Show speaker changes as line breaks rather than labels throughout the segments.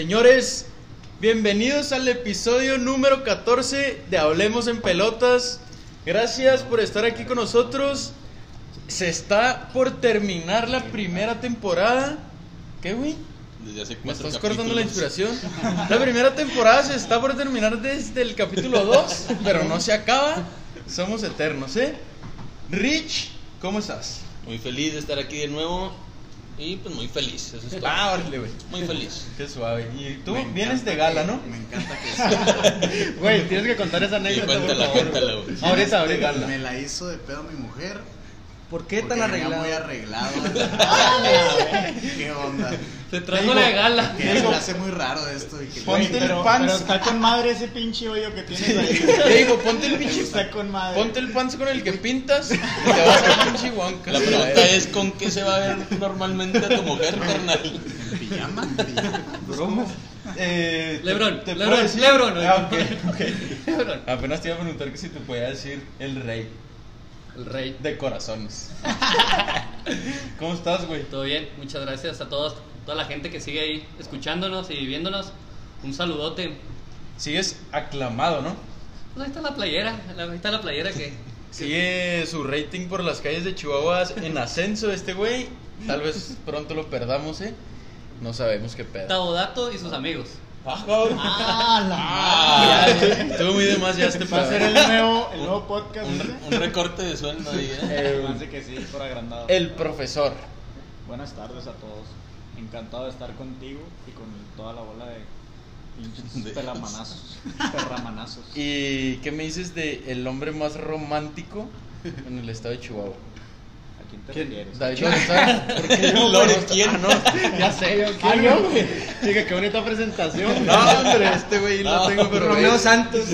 Señores, bienvenidos al episodio número 14 de Hablemos en Pelotas. Gracias por estar aquí con nosotros. Se está por terminar la primera temporada. ¿Qué, güey?
Desde hace cuatro
¿Me estás
capítulos.
cortando la inspiración? La primera temporada se está por terminar desde el capítulo 2, pero no se acaba. Somos eternos, ¿eh? Rich, ¿cómo estás?
Muy feliz de estar aquí de nuevo. Y pues muy feliz, eso es todo.
Ah, órale, güey.
Muy feliz.
Qué suave. Y tú
Me
vienes
encanta
de gala,
que-
¿no?
Me encanta que este
Güey, tienes que contar
Y
esa anécdota. por
cuéntala,
favor.
cuéntala, güey.
Ah,
Ahorita,
me,
ahorita.
me la hizo de pedo mi mujer.
¿Por qué
porque
tan
venía
arreglado?
Muy arreglado. ¿Qué onda?
Te
traigo la gala.
Que se me hace muy raro esto. Y que
Ponte
Güey,
el
pero,
pants.
pero está con madre ese pinche hoyo que tienes ahí.
Te digo, ponte el pinche
Está con madre.
Ponte el pants con el que pintas y te vas a pinche Wonka.
La pregunta es: ¿con qué se va a ver normalmente a tu mujer,
Ah.
carnal?
¿En pijama? Pues, ¿En pijama?
¿Cómo? Eh,
Lebron,
puedo
Lebron,
decir-
Lebron, güey.
Ah, ok, ok. Apenas te iba a preguntar que si te podía decir el rey
El rey.
de corazones. ¿Cómo estás, güey?
Todo bien, muchas gracias a todos, toda la gente que sigue ahí escuchándonos y viéndonos. Un saludote.
Sigues aclamado, ¿no?
Pues ahí está la playera, la- ahí está la playera que.
Sigue eh, su rating por las calles de Chihuahua en ascenso este güey. Tal vez pronto lo perdamos, ¿eh? No sabemos qué pedo.
Tabodato y sus amigos.
Ah, cabrón.
Ah, la
Ah,
Ya, ya, Estuvo muy de más ya este
madre. Va a ser el
pedo.
nuevo, el nuevo podcast.
un,
ese.
un recorte de sueldo ahí, ¿eh?
Eh,
Además de que sí, por agrandado.
El profesor.
Buenas tardes a todos. Encantado de estar contigo y con toda la bola de
De-
pinches pelamanazos. Perramanazos.
¿Y qué me dices de el hombre más romántico en el estado de Chihuahua?
¿A quién te
¿Quién?
refieres?
David Lorenzana. ¿Por qué yo, güey?
Lore, ¿quién?
Ah, no.
Ya sé, yo
Ah, yo, güey.
Chica, qué bonita presentación.
No, hombre, este güey lo
No,
tengo pero
Romeo
güey.
Santos.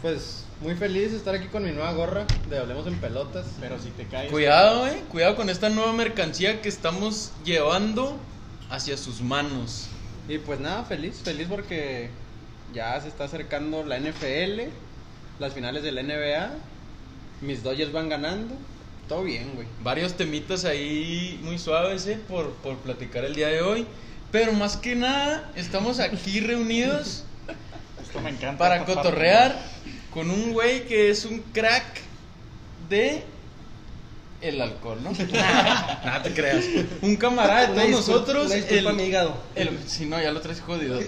Pues muy feliz de estar aquí con mi nueva gorra de Hablemos en Pelotas.
Pero si te caes.
Cuidado, eh. Cuidado con esta nueva mercancía que estamos llevando hacia sus manos.
Y pues nada, feliz, feliz porque ya se está acercando la NFL, las finales de la NBA, mis Dodgers van ganando, todo bien, güey.
Varios temitas ahí muy suaves, eh, por, por platicar el día de hoy. Pero más que nada, estamos aquí reunidos
Esto me encanta.
para
esta parte.
cotorrear con un güey que es un crack de el alcohol, ¿no? Nada te creas. Un camarada de todos
Una discul-
nosotros.
una disculpa a mi hígado.
el- si no, ya lo traes jodido.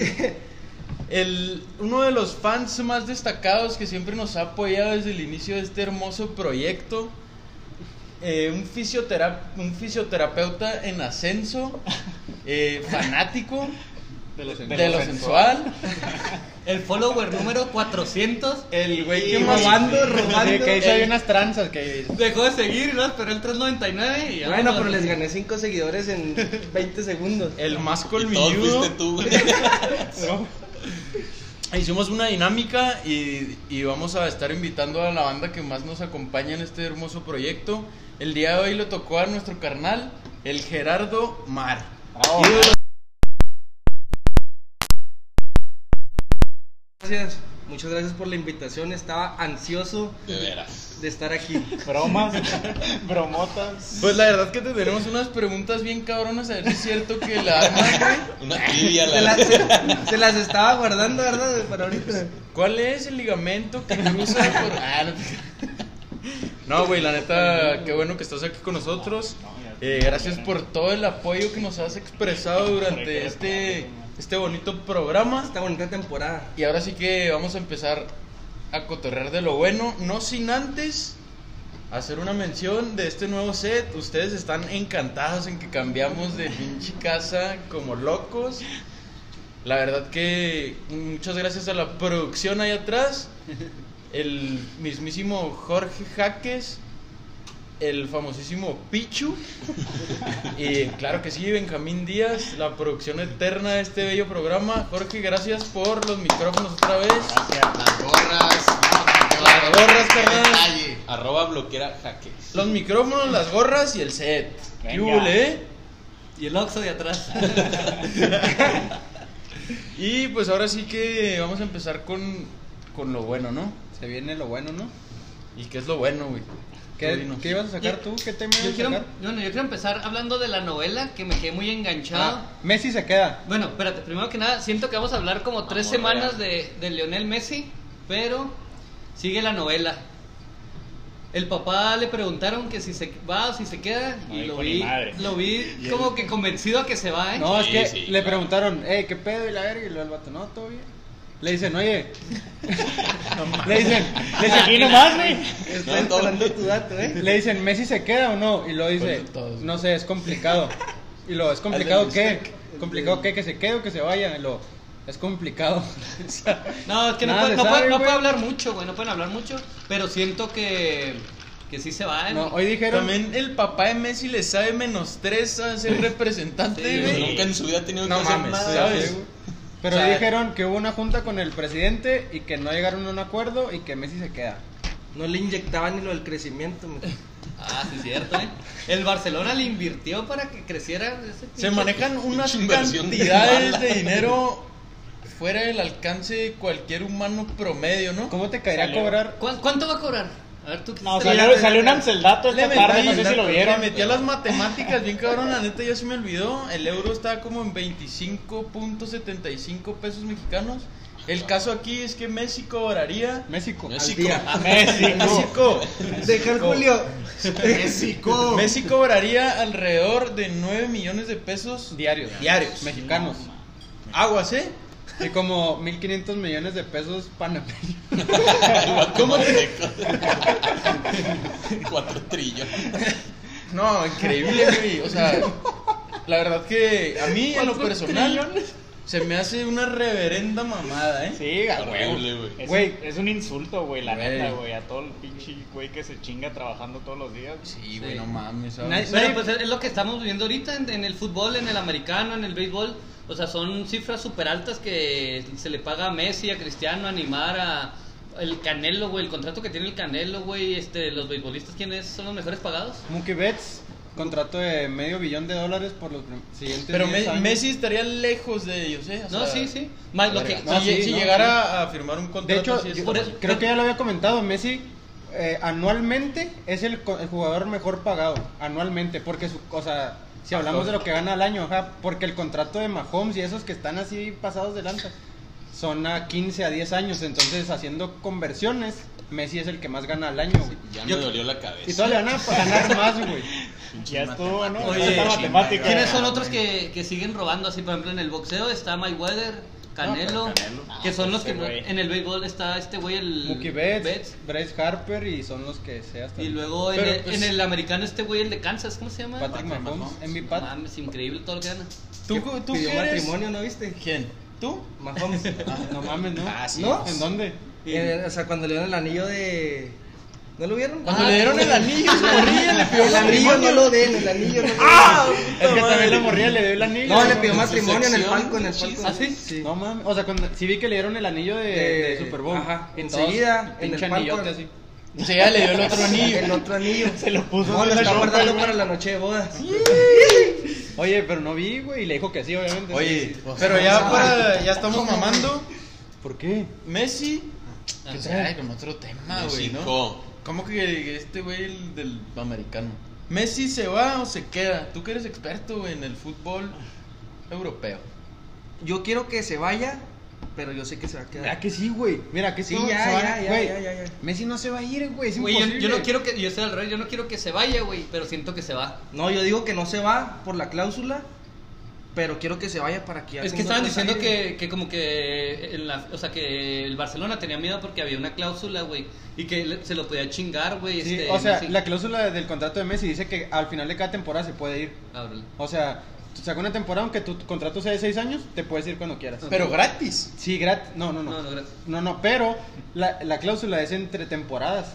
El, uno de los fans más destacados que siempre nos ha apoyado desde el inicio de este hermoso proyecto. Eh, un, fisiotera- un fisioterapeuta en ascenso, eh, fanático
De lo,
de,
de
lo
lo
sensual.
El follower número 400
El güey
Y
que más
robando,
robando.
Sí, que ahí sí hay unas tranzas que...
dejó de seguir, ¿no? Pero el 399 y ya.
Bueno, pero les gané 5 seguidores en 20 segundos.
El más
Y todos fuiste
colmilludo.
tú, güey.
Hicimos una dinámica y, y vamos a estar invitando a la banda que más nos acompaña en este hermoso proyecto. El día de hoy lo tocó a nuestro carnal, el Gerardo Mar.
Bravo.
Ídolo-
Gracias, muchas gracias por la invitación, estaba ansioso
De veras.
de estar aquí.
Bromas. Bromotas.
Pues la verdad que te tenemos unas preguntas bien cabronas, a ver si es cierto que la armas, güey.
Una tibia,
Se,
la
las- se- se las estaba guardando, ¿verdad? Para ahorita.
¿Cuál es el ligamento que cruza por... Ah, no te- No, güey, la neta, qué bueno que estás aquí con nosotros. Eh, gracias por todo el apoyo que nos has expresado durante este, este bonito programa.
Esta bonita temporada.
Y ahora sí que vamos a empezar a cotorrear de lo bueno, no sin antes hacer una mención de este nuevo set. Ustedes están encantados en que cambiamos de pinche casa como locos. La verdad que muchas gracias a la producción ahí atrás, el mismísimo Jorge Jaques, el famosísimo Pichu y claro que sí, Benjamín Díaz, la producción eterna de este bello programa. Jorge, gracias por los micrófonos otra vez.
Las gorras. no, qué
Las
bárbaro,
gorras,
qué
carnal.
detalle.
Arroba bloqueara jaques.
Los micrófonos, las gorras y el set. ¿Qué
Venga.
hule, eh?
Y el Oxxo de atrás.
Y pues ahora sí que vamos a empezar con, con lo bueno, ¿no?
Se viene lo bueno, ¿no?
¿Y qué es lo bueno, güey? Tú
¿Qué,
dinos.
¿Qué ibas a sacar
Yo-
tú? ¿Qué tema ibas
Yo
a
quiero,
sacar?
bueno, yo quiero empezar hablando de la novela que me quedé muy enganchado.
Ah, Messi se queda.
Bueno, espérate, primero que nada, siento que vamos a hablar como tres
Vamos,
semanas de, de Lionel Messi, pero sigue la novela. El papá le preguntaron que si se va o si se queda
No
y
dijo
lo
ni
vi,
madre.
lo vi como que convencido a que se va, ¿eh?
No, es
Sí,
que
sí,
le
claro.
preguntaron, eh, ¿qué pedo? Y la verga, y luego el vato, no, todo bien. Le dicen, oye. le dicen, le dicen,
Aquí nomás,
güey.
Estoy esperando tu dato, eh.
Le dicen, ¿Messi se queda o no? Y lo dice,
Ponle Pues todos.
no sé, es complicado. Y lo, ¿es complicado qué? ¿Complicado qué? ¿Que se quede o que se vaya? Y lo, es complicado. O sea,
No, es que no,
Nada
puede,
le
no puede-
sabe,
no
güey.
puede hablar mucho, güey, no pueden hablar mucho, pero siento que, que sí se va, ¿eh?
no, hoy dijeron,
También el papá de Messi le sabe menos tres a ser representante,
Sí,
güey.
Nunca en su vida ha tenido
No
que hacer
mames,
nada.
¿sabes?
pero
o sea-
hoy dijeron que hubo una junta con el presidente y que no llegaron a un acuerdo y que Messi se queda.
No le inyectaban ni lo del crecimiento. me-
Ah, sí, cierto, ¿eh? El Barcelona le invirtió para que creciera ese
Se
pinche-
manejan unas
inversión de
cantidades
bala.
de dinero fuera del alcance de cualquier humano promedio, ¿no?
¿Cómo te caerá
Salió.
cobrar?
¿Cuán- ¿Cuánto va a cobrar? A ver, tú que
No,
estás-
salió, salió un Amseldato esta tarde, no sé si lo vieron.
Le metí a las matemáticas, bien cabrón, la neta ya se me olvidó. El euro estaba como en 25.75 pesos mexicanos. El caso aquí es que Messi cobraría.
México.
México.
día.
Ah,
México.
Deja Julio.
México.
Messi cobraría alrededor de 9 millones de pesos
Diarios.
diarios.
Mexicanos.
Aguas, ¿eh?
Y como 1.500 millones de pesos panameños.
¿Cómo te Cuatro trillones.
No, increíble, güey. O sea, la verdad que a mí, en lo personal, se me hace una reverenda mamada, ¿eh?
Sí, a huevo.
Horrible, güey.
Es,
Güey.
un- es un insulto, güey, la
Güey.
neta, güey, a todo el pinche güey que se chinga trabajando todos los días.
Sí, güey, no mames. ¿sabes?
Nadie-
Bueno, pues es lo que estamos viviendo ahorita en, en el fútbol, en el americano, en el béisbol. O sea, son cifras súper altas que se le paga a Messi, a Cristiano, a Neymar, a el Canelo, güey. El contrato que tiene el Canelo, güey. Este, los beisbolistas, ¿quiénes son los mejores pagados?
Mookie Betts, contrato de medio billón de dólares por los prim- siguientes
Pero
10
Me-
años.
Messi estaría lejos de ellos, ¿eh? O
No,
sea,
sí, sí. Más lo que...
Si,
No, sí,
si
no,
llegara a firmar un
De
contrato
hecho,
así,
yo-
es-
por-
creo que ya lo había comentado, Messi eh, anualmente es el, co- el jugador mejor pagado, anualmente, porque su, o sea, si hablamos de lo que gana al año, ajá, porque el contrato de Mahomes y esos que están así pasados de lanza son a 15 a 10 años, entonces haciendo conversiones, Messi es el que más gana al año, güey.
Ya me dolió la cabeza.
Y todavía van a ganar más, güey.
Ya estuvo, ¿no?
Oye,
Tanta
chinga,
matemática.
¿Quiénes son otros que, que siguen robando? Así, por ejemplo, en el boxeo está Mayweather, Canelo, que son los que...
Este güey.
En el béisbol está este güey, el...
Mookie Betts,
Betts.
Bryce Harper y son los que se hasta
Y luego en,
Pero,
el,
pues-
en el americano este güey, el de Kansas, ¿cómo se llama?
Patrick Mahomes,
Mahomes.
MVP
No
Pat.
Mames, increíble todo lo que gana.
¿Tú, tú
Pidió
qué eres?
matrimonio, ¿no viste?
¿Quién? ¿Tú?
Mahomes.
No mames, ¿no?
Ah, sí.
¿No? ¿En dónde?
Eh, o sea, cuando le dieron el anillo de. ¿No lo vieron?
Cuando
Ah,
le dieron el anillo, se corría, le pidió
El anillo no lo den, el anillo no lo den.
Es que también la morría le dio el anillo.
Ah, No, le pidió
pidió
matrimonio en el
sección,
palco, en el palco.
¿Ah, sí?
No mames, o sea, cuando, sí vi que le dieron el anillo de,
Eh,
de Super Bowl.
ajá,
Y todos,
enseguida, en
pinche
el palco.
anillote así.
O sea, ya le dio el otro anillo.
El otro anillo.
Se lo puso
No,
en
lo
la
está
ropa,
guardando
güey.
para la noche de bodas.
Oye, pero no vi, güey, y le dijo que sí, obviamente. Sí,
Oye,
sí.
pero ya para, ya estamos mamando.
¿Por qué?
Messi, que
Ah.
trae con otro tema, güey, ¿no?
México.
¿Cómo que este güey el del americano? ¿Messi se va o se queda? Tú que eres experto güey, en el fútbol europeo.
Yo quiero que se vaya, pero yo sé que se va a
Mira
quedar.
Ah, que sí, güey. Mira que
Sí,
todo
ya,
se va-
ya, ya,
güey,
ya, ya, ya.
Messi no se va a ir, güey, es
Güey, yo,
imposible.
yo no quiero que, yo estoy al revés, yo no quiero que se vaya, güey, pero siento que se va.
No, yo digo que no se va por la cláusula, pero quiero que se vaya para que...
Es que estaban diciendo que, que como que, en la, o sea, que el Barcelona tenía miedo porque había una cláusula, güey, y que le- se lo podía chingar, güey.
Sí,
este,
o sea,
Messi.
la cláusula del contrato de Messi dice que al final de cada temporada se puede ir.
Ah, órale.
O sea, saca una temporada, aunque tu contrato sea de 6 años, te puedes ir cuando quieras.
Pero gratis.
Sí, gratis. No, no, no.
No, no, gracias.
No, no, pero la, la cláusula es entre temporadas.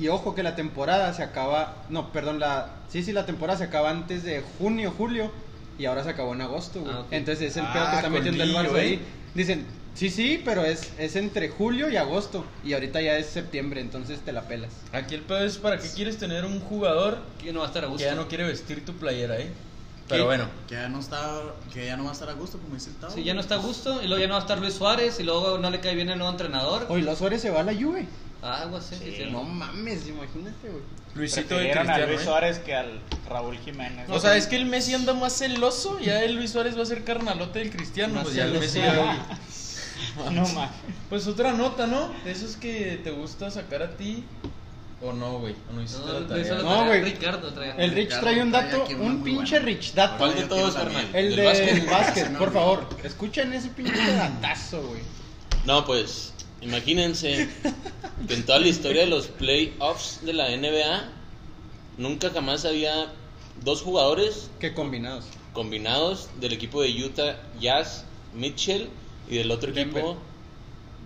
Y ojo que la temporada se acaba. No, perdón, la. Sí, sí, la temporada se acaba antes de junio, julio. Y ahora se acabó en agosto, güey.
Ah, ok.
Entonces es el
Ah,
pedo que está
con
metiendo el
lío,
Barça
¿eh?
ahí. Dicen, sí, sí, pero es, es entre julio y agosto. Y ahorita ya es septiembre, entonces te la pelas.
Aquí el pedo es para qué quieres tener un jugador
Que no va a estar a gusto.
que ya no quiere vestir tu playera, ¿eh? Pero
Y-
bueno.
Que ya no está, que ya no va a estar a gusto, como dice el Tavo.
Si ya no está a gusto, y luego ya no va a estar Luis Suárez, y luego no le cae bien el nuevo entrenador.
Hoy los Suárez se va a la Juve.
Ah, algo así, sí, sí.
No mames, imagínate, güey.
Luisito y
Prefirieron a
Cristiano.
Luis
¿eh?
Suárez que al Raúl Jiménez.
O sea, es que el Messi anda más celoso. Ya el Luis Suárez va a ser carnalote del Cristiano.
Más
pues ya el
celoso.
Messi ya-
No más.
Pues otra nota, ¿no? De esos que te gusta sacar a ti. O no, güey. O no hiciste
No,
la
no hizo
tarea.
la
No,
tarea,
güey.
Ricardo traía.
El Rich
Ricardo
trae un
trae
dato,
aquí una
un
muy
pinche
buena.
Rich dato.
¿Cuál de todos, carnal?
El
¿Del básquet?
del
Ah,
básquet,
No,
por
güey.
favor. Escuchen ese pinche datazo, güey.
No, pues, imagínense que en toda la historia de los playoffs de la NBA, nunca jamás había dos jugadores
Qué combinados.
combinados del equipo de Utah, Jazz, Mitchell, y del otro
Denver.
equipo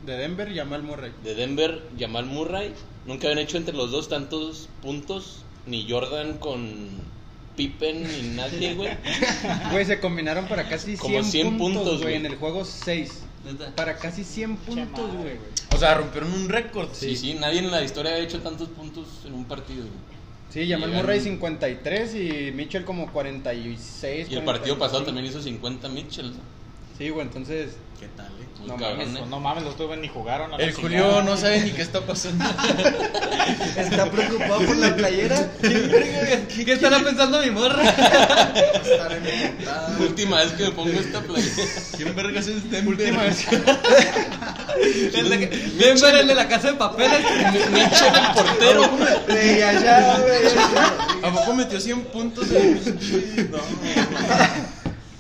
De Denver, Jamal Murray.
de Denver, Jamal Murray. Nunca habían hecho entre los dos tantos puntos, ni Jordan con Pippen, ni nadie, güey.
Güey, se combinaron para casi 100,
Como 100
puntos,
puntos,
güey, en
güey.
el juego 6.
Neta.
Para casi 100 puntos,
madre,
O
güey.
sea, rompieron un récord.
Sí, sí, nadie en la historia ha hecho tantos puntos en un partido, güey.
Sí, Jamal
Llegaron.
Murray 53 y Mitchell como 46.
Y el partido
45.
pasado también hizo 50 Mitchell.
Sí, güey, entonces.
¿Qué tal, eh?
Muy
No
cabrón,
mames,
¿eh?
Pues no mames, los tuve ni jugaron. a la
El
chingada.
Julio no sabe ni qué está pasando.
Está preocupado por la playera.
¿Qué estará pensando mi
Va
morra?
a estar en montada.
Última vez que me pongo esta playera.
¿Quién vergas es Denver?
Última vez.
Desde que- Bien ver el de la casa de papeles.
Mitchell el portero.
Güey, ya, ya, güey.
¿A poco metió 100 puntos en No,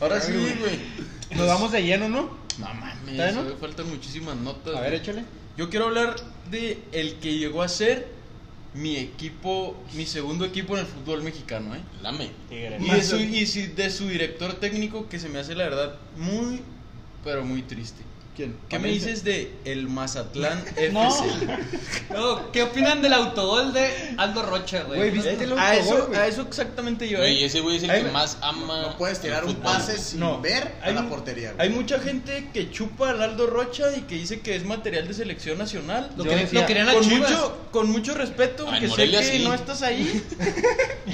Ahora sí, güey.
Nos vamos de lleno, ¿no?
No mames,
¿Está bien, no?
güey, faltan muchísimas notas.
A ver,
güey.
échale.
Yo quiero hablar de el que llegó a ser mi equipo, mi segundo equipo en el fútbol mexicano, ¿eh?
Lame.
Tigre.
Y de su, y si- de su director técnico que se me hace la verdad muy, pero muy triste.
¿Quién?
¿Qué me
Palencia.
dices de el Mazatlán FC?
No, ¿Qué opinan del autogol de Aldo Rocha,
Güey,
güey?
¿viste el autogol,
Eh, A eso,
güey?
a eso exactamente yo,
Güey,
¿eh?
ese güey es el
Ahí
que
me-
más ama.
No puedes tirar
el
un
fútbol.
pase sin
No.
ver a
Hay
la
mu-
portería, güey.
Hay mucha gente que chupa al Aldo Rocha y que dice que es material de selección nacional.
Lo,
Yo
querían-
decía,
lo querían las
Con
chivas.
mucho, con mucho respeto,
Ah, en
que sé
Morelia
que
sí.
no estás ahí.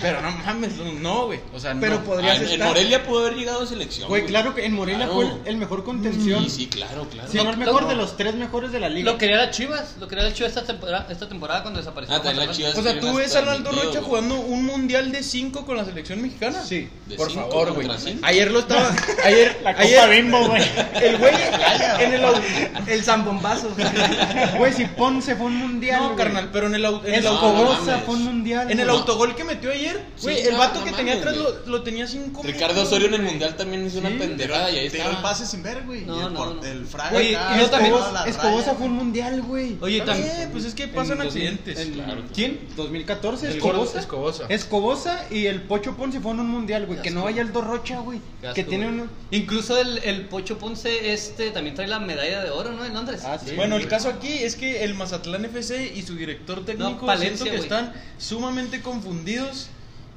pero no mames, no, no, güey. O sea, no.
Pero
Ah,
podrías
en- en
estar.
Morelia pudo haber llegado a selección.
Güey, claro que en Morelia
Claro.
fue el, el mejor contención.
Sí, sí, claro, claro.
Si no el mejor de los tres mejores de la liga.
Lo quería las chivas. Lo quería las chivas esta temporada, esta temporada cuando desapareció.
Ah, también las
Mazatlán.
chivas.
O sea, ¿tú
tienen
ves
hasta
a Aldo
el dedo,
Rocha
güey.
jugando un mundial de 5 con la selección mexicana?
Sí.
De
Por
cinco
favor, güey.
contra cinco.
Ayer lo estaba. Ayer,
La copa
ayer
bimbo, güey.
el güey en el au-
El zambombazo.
Güey, si Ponce fue un mundial.
No,
güey.
carnal, pero en el, au- en
El Ah,
el
No,
autogol.
Ocobosa fue un mundial.
En el
güey.
autogol que metió ayer, güey,
Sí,
el
no,
vato
no
que tenía
mames,
atrás
güey.
lo, lo tenía cinco
Ricardo
metros,
Osorio en el
güey.
mundial también hizo una
Sí,
pendejada y ahí
Tiró el
estaba.
pase sin ver, güey.
No,
y el,
no,
por-
no.
el fraga
Oye,
acá,
y luego también-
toda la
Escobosa
raya,
fue un mundial, güey.
Oye,
Está
también.
bien, pues es que pasan
Ah, En dos mil-
accidentes.
en-
Claro.
¿Quién? 2014,
El gordo
Escobosa.
Escobosa.
Escobosa y el Pocho Ponce fueron un mundial, güey.
Qué
Que no
asco.
vaya el Dorrocha, güey.
Qué asco,
Que tiene
güey.
un.
Incluso el, el Pocho Ponce este también trae la medalla de oro, ¿no? En Londres.
Ah, sí.
Bueno,
güey.
el caso aquí es que el Mazatlán FC y su director técnico
Palencia,
siento que
güey.
están sumamente confundidos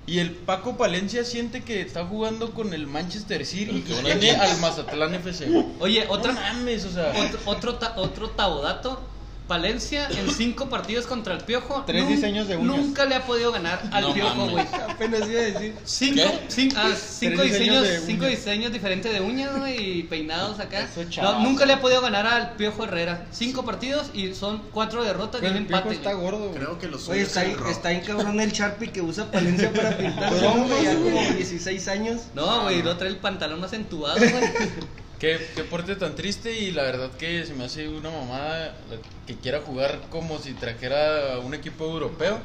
y el Paco Palencia siente que está jugando con el Manchester City y
Pero qué buena
tiene al Mazatlán FC.
Oye, otra,
No mames, o sea,
otro, otro, ta- otro tabodato. Palencia en cinco partidos contra el Piojo.
Tres
nun-
diseños de uñas.
Nunca le ha podido ganar al
No
Piojo,
mames.
güey.
Apenas iba a decir.
Cinco,
¿Qué?
cin- ah, cinco
Tres diseños
diseños,
de uñas.
cinco diseños diferentes de uñas güey, y peinados acá.
Eso,
No,
chaval.
nunca le ha podido ganar al Piojo Herrera. Cinco partidos y son cuatro derrotas y
Pero
un
el Piojo
empate.
está
güey.
gordo,
güey.
güey.
Creo que los
Oye, está ahí, está ahí cabrón el Sharpie que usa Palencia para pintarse,
No,
¿no, güey? Ya
güey.
como 16 años.
No, güey, no trae el pantalón más entubado, güey.
qué, qué porte tan triste y la verdad que se me hace una mamada que quiera jugar como si trajera a un equipo europeo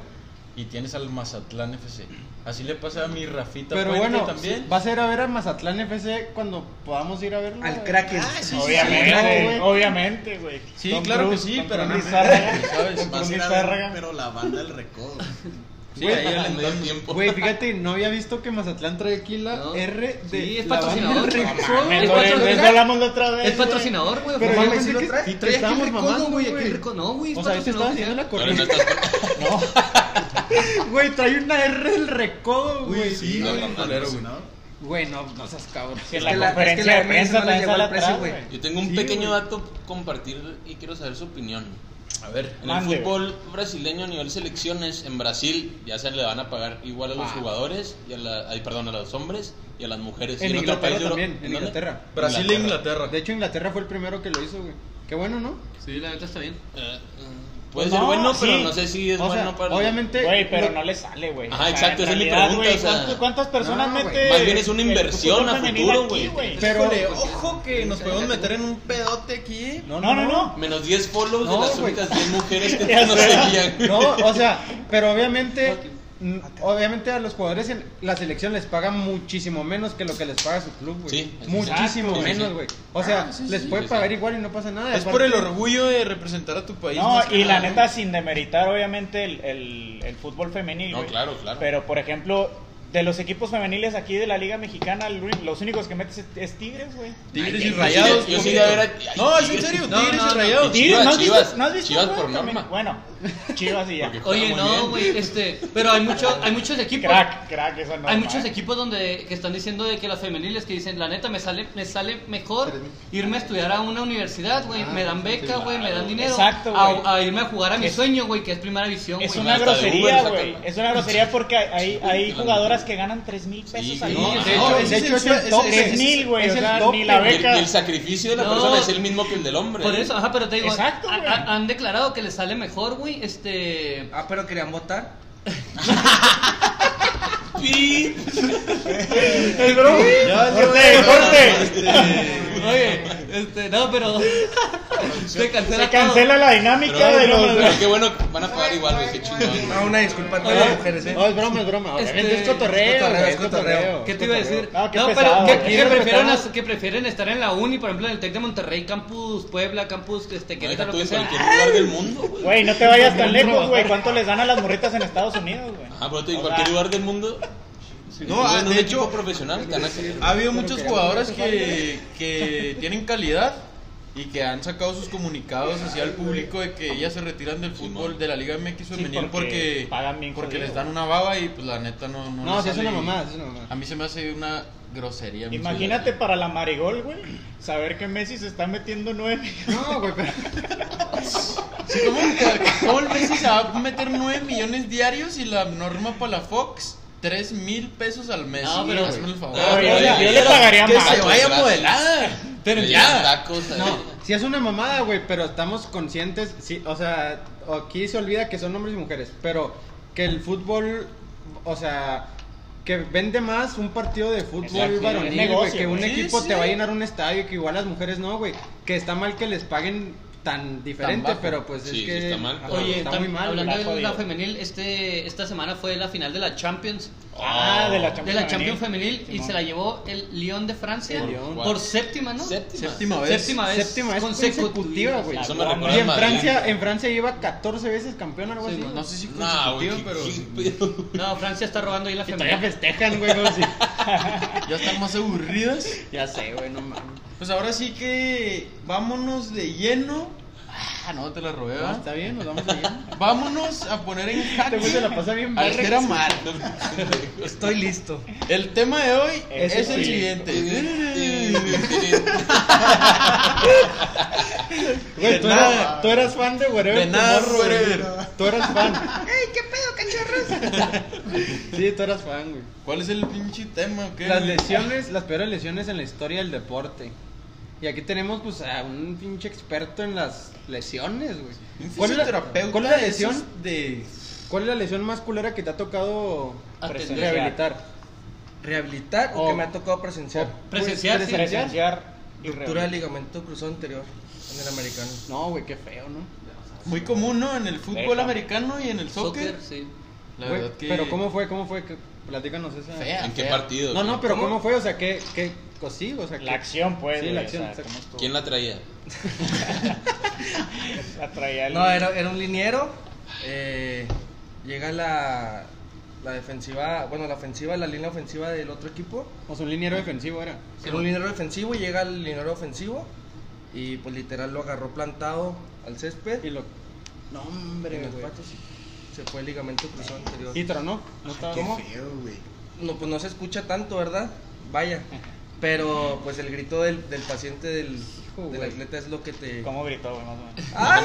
y tienes al Mazatlán FC. Así le pasa a mi Rafita
Pero
Puente
bueno,
también.
va a ser a ver a Mazatlán FC cuando podamos ir a verlo. Ah,
Al
güey.
Kraken.
Ah,
Obviamente,
güey.
obviamente, güey.
Sí,
Tom
claro
Cruise,
que sí,
Tom
pero no
Cruise,
mames,
Zárraga.
¿sabes?
Vas a ir a ver, pero la banda del recodo. güey.
Sí, ahí al
al medio
entorno.
tiempo.
Güey, fíjate, no había visto que Mazatlán trae aquí la
No.
R de.
Sí, es
la
patrocinador.
banda del
No
Recodo,
Mames,
El
güey,
cuatro-
de eso hablamos la otra vez.
Es
güey.
patrocinador, güey.
Pero
No
yo
mames,
mames,
pensé
sí lo
que
trae.
sí,
Trae
te estábamos
Recodo,
mamando,
güey,
güey.
aquí rico, no, güey.
O sea, ahí te estabas
patrocinador
haciendo la
Pero no
corriente.
estás-
Güey, trae una R del recodo, güey.
Sí,
no,
güey,
no,
culero, güey.
patrocinador.
Güey, no, no seas cabrón.
Que
Es
la
que la- es que
conferencia
la
de
prensa
prensa
no le
también
llegó
sale
al precio,
atrás,
güey.
güey.
Yo tengo un
Sí,
pequeño
güey.
dato compartir y quiero saber su opinión.
A ver.
En
Mande.
el fútbol brasileño a nivel selecciones, en Brasil ya se le van a pagar igual a
Ah.
los jugadores, y a la, ay, perdón, a los hombres y a las mujeres.
En
Y otro
Inglaterra
país de Euro-
también, en
dónde?
Inglaterra.
Brasil e Inglaterra.
De hecho, Inglaterra fue el primero que lo hizo, güey. Qué bueno, ¿no?
Sí, la neta está bien.
Eh, puede
mm.
Pues
ser
no,
bueno, pero
sí.
no sé si es
O sea,
bueno para...
obviamente.
Güey, pero no,
no-
le sale, güey.
Ajá, exacto,
en
esa es mi
realidad,
pregunta,
güey,
o sea,
¿cuántas- ¿Cuántas personas
no, güey.
mete?
Más bien es una
el
inversión
fútbol
a
femenil
futuro,
aquí,
güey.
Pero-
Híjole, ojo que nos podemos meter en un pedote aquí.
No, no, no.
Menos 10 follows
No,
de las
güey.
únicas 10 mujeres que
Ya
no
sé.
seguían.
No, o sea, pero obviamente, mm, obviamente a los jugadores en la selección les paga muchísimo menos que lo que les paga su club, güey.
Sí, es
muchísimo
exacto, sí,
menos,
sí.
güey. O sea,
Ah, sí,
les
sí,
puede
sí,
pagar
sí.
igual y no pasa nada.
Es por el
Aparte-
orgullo de representar a tu país.
No,
más que
y la
nada, ¿no?
neta, sin demeritar obviamente el, el- el fútbol femenil.
No,
güey.
claro, claro.
Pero, por ejemplo, de los equipos femeniles aquí de la Liga Mexicana, el uni- los únicos que metes es, es Tigres, güey.
Tigres
Ay,
y
yo sí-
rayados.
yo sí
poquito.
de ver a- ay,
No, es en
Tigres.
serio,
No,
Tigres
no,
y
no,
rayados.
Tigres.
¿no has
Chivas,
visto? ¿No has visto,
Chivas
güey,
por
femenil?
norma.
Bueno, Chivas y ya.
Porque-
Oye,
Está muy
no,
bien.
güey, este, pero hay muchos, hay muchos equipos.
Crack, crack, esa no.
Hay muchos equipos donde que están diciendo de que las femeniles que dicen, la neta me sale me sale mejor irme a estudiar a una universidad, güey,
Ah,
me dan beca, güey, me dan dinero
Exacto, güey.
a, a irme a jugar a mi
Es-
sueño, güey, que es Primera División,
Es
güey.
una
Hasta de
grosería,
Uber,
güey.
sácala.
Es una grosería porque hay, hay, hay
Sí,
jugadoras que ganan 3 mil pesos
Sí,
al
no,
día.
de
güey.
hecho,
ese
de hecho, es el
es-
tope.
es-
3,000, güey,
Es
o
el
sea,
tope,
ni la
Y el,
güey.
y el sacrificio de la
No.
persona es el mismo que el del hombre.
Por eso, ajá, pero te digo,
Exacto,
a- a-
güey.
han declarado que les sale mejor, güey, este
Ah, pero querían votar.
Sí.
Ya, ya,
¡Corte,
ya,
corte!
Oye, este, no, pero se cancela
Se cancela la dinámica de
Pero,
los.
pero qué bueno, que van a pagar igual, güey, qué chingón.
Ah, una disculpa a todas
Oye,
las mujeres, eh.
No, es broma, es broma. Obviamente
Este,
es cotorreo,
es
güey, es
cotorreo.
cotorreo.
¿Qué te iba a decir?
No, qué
pero
pesado, güey.
que, que
Sí,
prefieren
respetamos.
as- que prefieren estar en la uni, por ejemplo, en el Tec de Monterrey, campus Puebla, campus este,
No deja
Querétaro,
tú
lo
en
que sea.
cualquier lugar del mundo, güey.
Güey, no te vayas tan lejos, güey. ¿Cuánto les dan a las morritas en Estados Unidos, güey?
Ah, pero te digo, en
O sea,
cualquier lugar del mundo.
No, ah,
en un
de
equipo
hecho,
profesional te van a querer.
ha habido muchos jugadores que, que tienen calidad y que han sacado sus comunicados hacia el público de que ellas se retiran del fútbol de la Liga MX femenil
porque
porque,
pagan bien
porque
jodido.
les dan una baba y pues la neta no... No,
No,
les
sí, es
sale.
una mamada, sí, es una mamada.
A mí se me hace una grosería. muchas
Imagínate
veces.
para la Marigol, güey, saber que Messi se está metiendo nueve.
No, güey, pero.
Sí, ¿Cómo, cómo el Messi se va a meter 9 millones diarios y la norma para la Fox 3 mil pesos al mes?
No, pero-
Hazme el favor.
Ah,
Oye,
pero
yo-
le
yo
dieron
le pagaría
que
más.
se vaya
Gracias.
modelada. Pero
Le
ya.
dan tacos, eh, ahí.
No.
Si es una mamada, güey, pero estamos conscientes, sí, o sea, aquí se olvida que son hombres y mujeres, pero que el fútbol, o sea, que vende más un partido de
Exacto,
fútbol
es
varonil, güey,
negocio,
que un
güey.
Sí,
equipo
sí.
te va a llenar un estadio, que igual las mujeres no, güey, que está mal que les paguen tan diferente,
bajo.
pero pues
Sí,
es
sí
que
está mal.
Ajá,
Oye,
está
tam-
muy mal. güey.
hablando
güey.
de
Está
la
jodido.
femenil, este, esta semana fue la final de la Champions,
Ah, de la
de
Champions
la Champions femenil y
Simón.
se la llevó el Lyon de Francia
El
Lyon.
por séptima, ¿no?
Séptima.
Séptima vez.
Séptima vez,
Séptima vez
consecutiva.
consecutiva, güey.
Eso
La
me
guama.
recuerda
Y
al
en
Madrid.
Francia, en Francia lleva 14 veces campeón, algo
Sí,
así.
güey.
No sé si
Nah, güey,
consecutiva, pero
qué- qué pedo.
No, Francia está robando ahí la
Y todavía
femenil.
festejan, güey, como si-
ya están más aburridas.
Ya sé, güey, no mames.
Pues ahora sí que vámonos de lleno. Ah, no, te la robé,
No,
¿verdad?
está bien, nos vamos a ir.
Vámonos a poner en
Este
jaque
güey se la pasa bien
al
verga.
Jera Mar.
Estoy listo.
El tema de hoy es,
Ese
el
sí.
siguiente.
Güey,
De
tú,
nada.
eras, tú eras fan de Wherever
De nada,
Tomorrow, güey.
Wherever.
Tú eras fan. ¡Ey, qué pedo, cachorros! sí, tú eras fan, güey.
¿Cuál es el pinche tema? o qué?
Las lesiones, las peores lesiones en la historia del deporte. Y aquí tenemos, pues, a un pinche experto en las lesiones, güey.
Un
¿Cuál es la,
fisioterapeuta
cuál es la
de esos
lesión?
De...
¿Cuál es la lesión más culera que te ha tocado
Atender.
rehabilitar?
Rehabilitar o
Oh.
que me ha tocado presenciar.
pues,
Presencial, sí.
Presenciar y
Ruptura
real.
del ligamento cruzado anterior en el americano.
No, güey, qué feo, ¿no?
Muy común, ¿no? En el fútbol
Deja.
americano y en el soccer.
Soccer, sí.
La
Güey,
verdad que.
Pero ¿cómo fue? ¿Cómo fue? Que- Platícanos esa.
Fea.
¿En qué partido?
No, no, pero
¿Cómo?
¿cómo, fue? O sea, ¿qué, qué cosí? O sea,
La
¿qué-
acción, pues.
Sí,
güey,
la
o
acción.
sea,
exacto.
cómo
¿Quién la traía?
la traía el-
No, era, era un liniero. eh, llega la, la defensiva, bueno, la ofensiva, la línea ofensiva del otro equipo.
O sea, un liniero defensivo era.
Era un liniero defensivo y llega el liniero ofensivo. Y pues literal lo agarró plantado al césped.
Y lo. No, hombre,
en las
güey.
patas y se fue el ligamento cruzado anterior.
Y tronó. No estaba.
¿Cómo?
Qué feo, güey.
No, pues no se escucha tanto, ¿verdad? Vaya. Pero pues el grito del, del paciente del,
Hijo,
del
güey.
atleta es lo que te...
¿Cómo gritó, güey, más o menos?
¡Ay!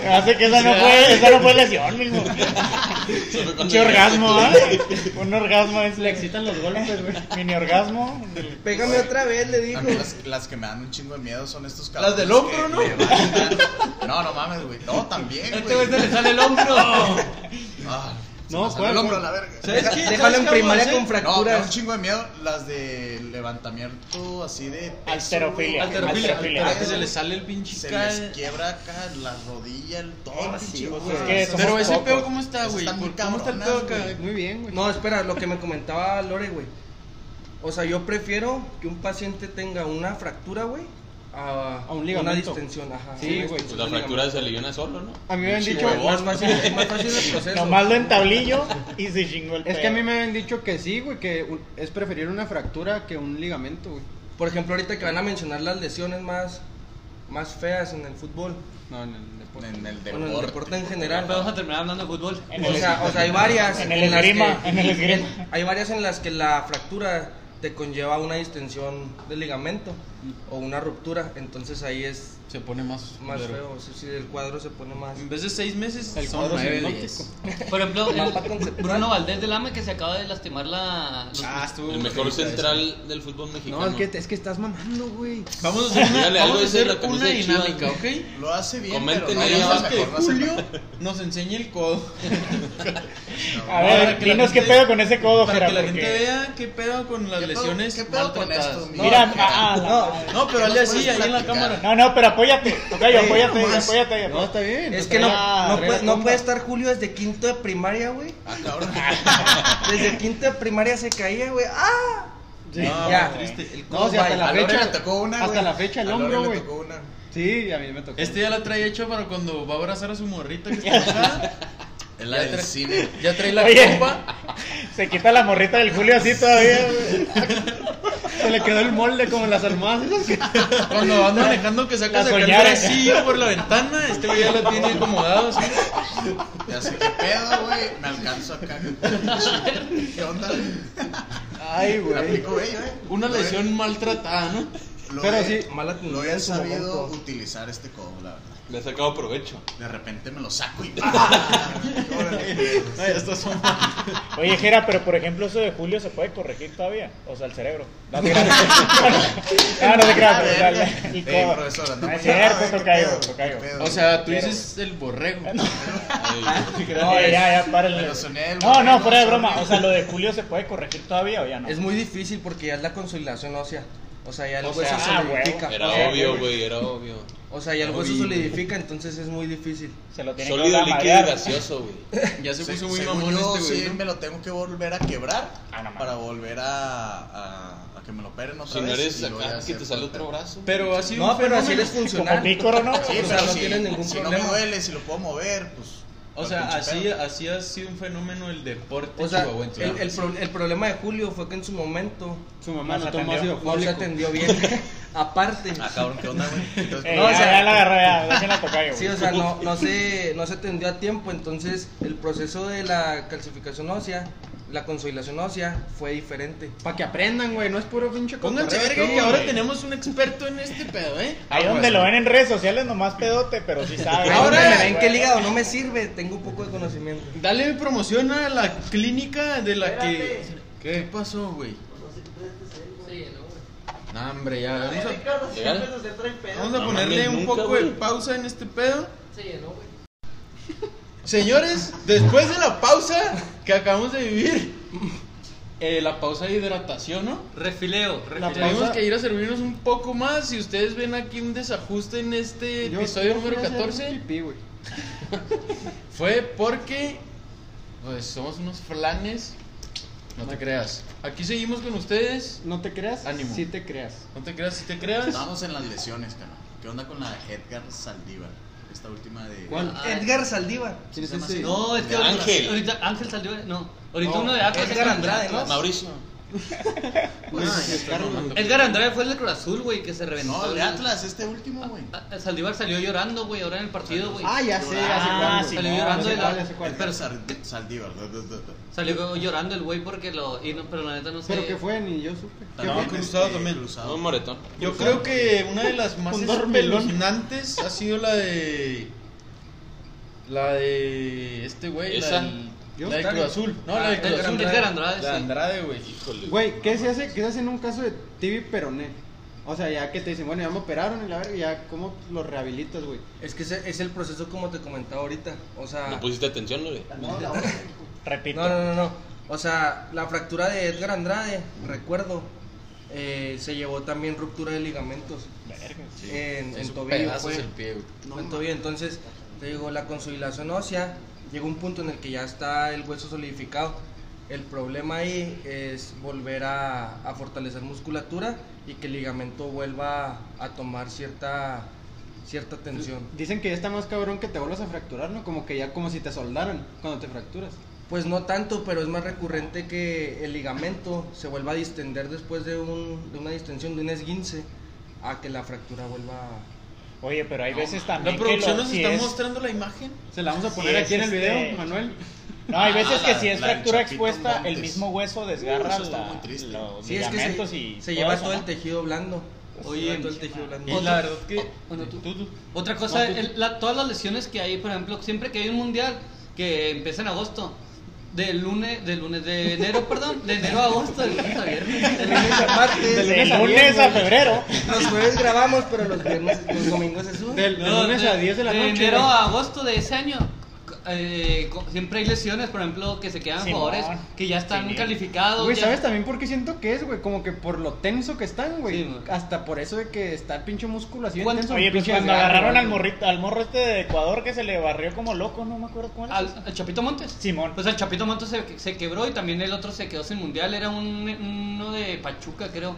Me hace que esa no fue, esa no fue lesión, mismo. Un orgasmo, ¿eh? Un orgasmo es
Le excitan los golpes, güey.
Mini orgasmo. del-
Pégame otra vez, le dijo.
A mí las, las que me dan un chingo de miedo son estos
Las
cabrones.
del hombro,
que
¿no?
levantan- No, no mames, güey. No, también,
Este güey se
güey.
le sale el hombro.
Ah, se
No,
me salió
¿cuál,
el hombro a
cuál?
la verga.
¿Sabes qué?
Déjalo en
cómo
primaria
hacer?
con
No, me da un
fracturas.
chingo de miedo las de levantamiento así de peso,
Alterofilia.
güey.
Alterofilia.
Alterofilia.
Ah, que se le sale el pinche
Se
cal-
les quiebra acá la rodilla, el todo, el pinche.
o sea,
hueso.
es que somos
Pero ese
pocos.
pedo, ¿cómo está,
Esas
güey?
están muy
¿Cómo está el pedo
cabronas,
acá?
güey.
Muy bien, güey.
No, espera, lo que me comentaba Lore, güey. O sea, yo prefiero que un paciente tenga una fractura, güey, a,
A un
una
ligamento.
distensión, ajá.
Sí,
una
güey.
distensión
Pues la
del
fractura
ligamento.
se aliviona solo, ¿no?
A mí me han
Sí,
dicho,
güey, más fácil, es más fácil el proceso.
Nomás lo entablillo y se chingó el
es
pedo.
que a mí me habían dicho que sí, güey, que un- es preferir una fractura que un ligamento, güey.
Por ejemplo, ahorita que van a mencionar las lesiones más, más feas en el fútbol,
No, en el deporte.
En el
bueno, en el deporte en general.
Vamos a terminar hablando de fútbol.
En
O
el-
sea, o sea, hay varias.
En el
las
esgrima,
que-
en el esgrima.
Hay varias en las que la fractura te conlleva una distensión del ligamento o una ruptura. Entonces ahí es
Se pone más.
más
culero.
feo. Si el cuadro se pone más.
En vez de seis meses,
El
son
cuadro
nueve,
sinóptico.
diez.
Por ejemplo,
Mapa
el,
conceptual.
Bruno Valdés del AME que se acaba de lastimar la. los-
Ah, estuvo.
El mejor
bonita
central del fútbol mexicano.
No, es que, te- es que estás mamando, güey.
esa. Vamos a hacer una,
Dígale
vamos
algo
a
de
hacer
la camisa
una
de Chivas,
dinámica, ¿ok?
Lo hace bien,
Comenten
pero no,
ahí
no,
abajo
Queremos
no,
que
mejor no hace
Julio
nada.
nos enseñe el codo.
A
Para
ver,
que la
dinos qué
gente-
pedo con ese codo,
Para
Jera,
que la
porque-
gente vea qué pedo con las
¿Qué pedo-
lesiones
qué pedo con
maltratadas.
estos,
No,
Mira,
No,
ah, la-
no, pero al
¿Qué
día
nos
sí,
puedes
ahí en la
platicar?
cámara.
No, no, pero apóyate. Ok, apóyate,
nomás.
apóyate.
No,
apóyate.
está bien.
Es
no
que no,
Ah,
no,
trae
puede,
la
no
tumba.
puede estar Julio desde quinto de primaria, güey.
Ah, cabrón.
Desde quinto de primaria se caía, güey. ¡Ah!
Sí.
No,
ya.
Triste. El
No, o sea, hasta la
A Lore
fecha.
le tocó una,
hasta
güey.
la fecha el
A Lore
hombro,
le
güey.
tocó una.
Sí, a mí me tocó.
Este ya la trae hecho para cuando va a abrazar a su morrita que está acá.
Es la del
tra-
cine.
Ya trae la
Oye.
copa.
Se quita la morrita del Julio así todavía, güey.
Se le quedó el molde como las almohadas. esas que-
Cuando van manejando que saca
La
sacando el
soñara.
brasillo por la ventana, este güey ya lo tiene acomodado. así.
Ya sé qué pedo, güey. Me alcanzo acá. ¿Qué onda?
Ay,
Me
güey.
aplico bello, eh.
Una
Lo he-
lesión maltratada, ¿no?
lo
Pero
he-
sí,
Mala
Lo
tendencia
he
en su
sabido
momento.
utilizar este codo, la verdad.
Le ha sacado provecho.
De repente me lo saco y ¡ah! Órale.
Ay, estas son.
Oye, Jera, pero por ejemplo, eso de Julio se puede corregir todavía. O sea, el cerebro. No te creas. Ah, no, no te creas. pero, o sea, el- el
Ah, Ey,
codo.
profesora,
No
no
es
pasa nada,
cierto,
¿eh? ¿Qué
tocayo,
pedo?
tocayo.
¿Qué pedo?
O sea, tú
Pero,
dices el borrego.
Ay,
No, ya, ya, ya, párenle.
Me lo soné,
No,
güey,
no,
no,
fuera de
sorry.
broma. O sea, lo de Julio se puede corregir todavía o ya no.
Es muy difícil porque ya es la consolidación ósea. O sea, ya el
O
hueso
sea,
se
ah,
solidifica.
huevo.
Era
Ah,
obvio,
güey.
güey, era obvio.
O sea, ya el hueso
Uy.
solidifica, entonces es muy difícil.
Se lo tiene que
Sólido, líquido y
madrear.
gaseoso, güey.
Ya se
Se-
puso muy
según
mamón
yo,
este güey.
sí,
¿no?
me lo tengo que volver a quebrar
Ah, no mames.
para volver a, a, a que me lo operen otra
Si no
vez.
eres
y luego
acá,
ya
que
se-
te sale otro brazo.
Pero así
No, pero así les
Como
funciona.
pícoro, ¿no?
Sí,
O sea,
pero
no
si,
tienes ningún
si
problema.
no me duele, si lo puedo mover, pues...
O
al
sea,
pinche
así,
pedo.
así ha sido un fenómeno el deporte
O sea,
chihuahuense.
el, el pro- el problema de Julio fue que en su momento
Su mamá
No se
no tomó
atendió.
ácido
no se
fólico.
atendió bien. Aparte,
Ah, cabrón, ¿qué onda, güey? Entonces,
Eh,
No, o
ya,
sea-
ya la agarré, ya. Déjenla tocayo.
sí, o sea, no, no, se, no se atendió a tiempo, entonces el proceso de la calcificación ósea, la consolidación ósea, fue diferente.
Para que aprendan, güey. No es puro pinche
Pónganse
cotorreo.
verga
no,
que ahora
güey.
tenemos un experto en este pedo, ¿eh?
Ahí donde lo ven en redes sociales nomás pedote, pero sí sabe.
Ahora me ven
Güey.
que el hígado no me sirve, tengo un poco de conocimiento.
Dale promoción a la clínica de la que. ¿Qué pasó, güey? Nah, hombre, ya. Vamos a,
Legal.
vamos a
No
ponerle
mames,
un
nunca,
poco de
güey.
pausa en este pedo. Señores, después de la pausa que acabamos de vivir, eh, la pausa de hidratación, ¿no?
Refileo,
La
refileo.
Tenemos
pausa-
que ir a servirnos un poco más. Si ustedes ven aquí un desajuste en este
Yo-
episodio
yo fui
número
a hacer
14,
pipí, güey.
fue porque pues somos unos flanes. No te creas. Aquí seguimos con ustedes.
No te creas,
Ánimo.
sí te creas.
No te creas si te creas.
Estamos en las lesiones, cara. ¿Qué onda con la Edgar Saldívar? Esta última de...
¿Cuál?
Ah,
Edgar Saldívar.
¿Quién es
se llama
ese?
así?
No, es que
De
ahorita-
Ángel.
Ahorita Ángel salió. No, ahorita
No,
uno de Atlas.
Edgar
es
Andrade,
Atlas.
¿no?
Mauricio.
pues,
Edgar Andrade fue el de Cruz Azul, güey, que se reventó.
No, el de
güey.
Atlas, este último, güey.
Ah, ah, Saldívar salió llorando, güey, ahora en el partido, güey.
Ah, ya sé,
Ah,
ya sé cuál.
salió
Simón,
llorando
ya
de
sé
la-
cuál, ya sé cuál.
pero
Edgar Sar- Saldívar. da, da, da, da.
Salió llorando el güey porque lo... y no- pero la neta no sé...
Pero que fue, ni yo supe. ¿Qué
También,
fue?
No, cruzado
este,
también.
No,
Cruzado.
moretón.
Yo creo que una de las más
Un dormilón.
espeluznantes ha sido la de. La de. Este güey, la
¿Esa?
del-
Yo,
La de
Tario.
Cruz Azul. No,
Ah,
la de Cruz
Edgar
Azul.
Edgar
La de
Andrade, sí.
Andrade, güey.
Híjole.
Güey, ¿qué se hace? ¿Qué se hace en un caso de TV peroné? O sea, ya que te dicen, bueno, ya me operaron y la verga, ya, ¿cómo lo rehabilitas, güey?
Es que ese- es el proceso como te comentaba ahorita. O sea,
No pusiste atención, güey.
Repito.
No, no, no, no. O sea, la fractura de Edgar Andrade, recuerdo, eh, se llevó también ruptura de ligamentos
Verga.
en,
Es
en
un
tobillo.
pedazo
fue.
es el pie, güey.
No, en tobillo. Entonces, te digo, la consolidación ósea llega un punto en el que ya está el hueso solidificado. El problema ahí es volver a, a fortalecer musculatura y que el ligamento vuelva a tomar cierta cierta tensión.
Dicen que ya está más cabrón que te vuelvas a fracturar, ¿no? Como que ya, como si te soldaran cuando te fracturas.
Pues no tanto, pero es más recurrente que el ligamento se vuelva a distender después de, un, de una distensión, de un esguince, a que la fractura vuelva a...
Oye, pero hay veces también.
La producción
que lo-
nos
si
está
es-
mostrando la imagen.
Se la vamos a
Sí,
poner aquí
es
en el video,
este-
Manuel.
No, hay veces
Ah,
que
la-
si es
la del
fractura
Chapito
expuesta, el
Montes.
mismo hueso desgarra
Eso está
la-
muy triste.
los
Sí, es que
ligamentos
se,
y.
se lleva
eso,
todo el
¿no?
tejido blando.
Oye,
se lleva todo
mi
el tejido
Y
blando.
la verdad que.
Bueno, tú-
Tú, tú.
Otra cosa,
No, tú-
el- la- todas las lesiones que hay, por ejemplo, siempre que hay un mundial que empieza en agosto, de lunes, de lunes, de enero, perdón, de enero a agosto, de lunes a viernes.
De lunes a martes,
De
de
lunes, a
viernes.
febrero.
Los jueves grabamos, pero los viernes, los domingos se sube.
Del- de lunes a 10 de la noche,
enero
güey.
a agosto de ese año. eh, co- siempre hay lesiones, por ejemplo, que se quedan
Simón.
jugadores que ya están
Sí.
calificados.
Güey,
ya-
¿sabes también por qué siento que es, güey? Como que por lo tenso que están, güey.
Sí, güey.
Hasta por eso de que está el pinche músculo así
¿Cuánto-
intenso.
Oye, pues
pinche
cuando
desgarro,
agarraron al,
güey.
morrito, al morro este de Ecuador que se le barrió como loco, no me acuerdo cuál.
Al, al Chapito Montes.
Simón.
Pues el Chapito Montes se, se quebró y también el otro se quedó sin mundial. Era un, uno de Pachuca, creo.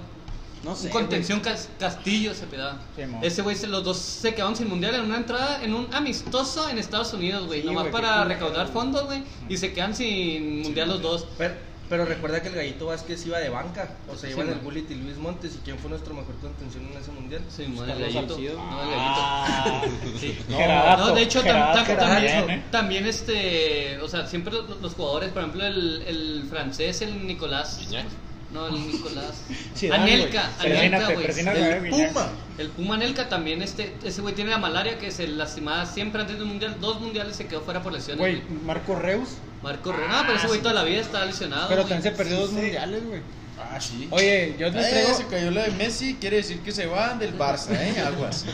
No sé,
Un contención Cas- Castillo se pedaba.
Simón.
Ese güey, se- los dos se quedaron sin mundial en una entrada, en un amistoso en Estados Unidos, güey.
Sí,
nomás
güey, qué
para
culero,
recaudar
güey.
fondos, güey. Y se quedan sin mundial los dos.
Pero, pero recuerda que el Gallito Vázquez iba de banca, o sea,
Sí,
iban el
man.
Bullet y Luis Montes, y quién fue nuestro mejor contención en ese mundial.
Sí, mon, el
Carlos
gallito.
Salcido.
No, el gallito.
Ah,
Sí.
Gerardo,
No, de hecho, tam-
Gerardo
tam-
también,
también,
¿eh?
también, este, o sea, siempre los, los jugadores, por ejemplo, el, el francés, el Nicolás,
Guiñac.
no, el Nicolás,
Zidane, güey.
Anelka, Anelka,
Persínate,
güey.
persínate,
El-
güey, ya.
Puma.
El Puma Anelka también, este, ese güey tiene la malaria que se lastimaba siempre antes de un mundial, dos mundiales se quedó fuera por lesiones.
Güey,
güey.
Marco Reus.
Marco Reus, no, pero ese güey toda la vida estaba lesionado.
Pero
güey.
también se perdió dos mundiales, güey.
Ah, sí.
Oye, yo les
Eh,
traigo...
se cayó la de Messi, quiere decir que se va del Barça, ¿eh? Aguas.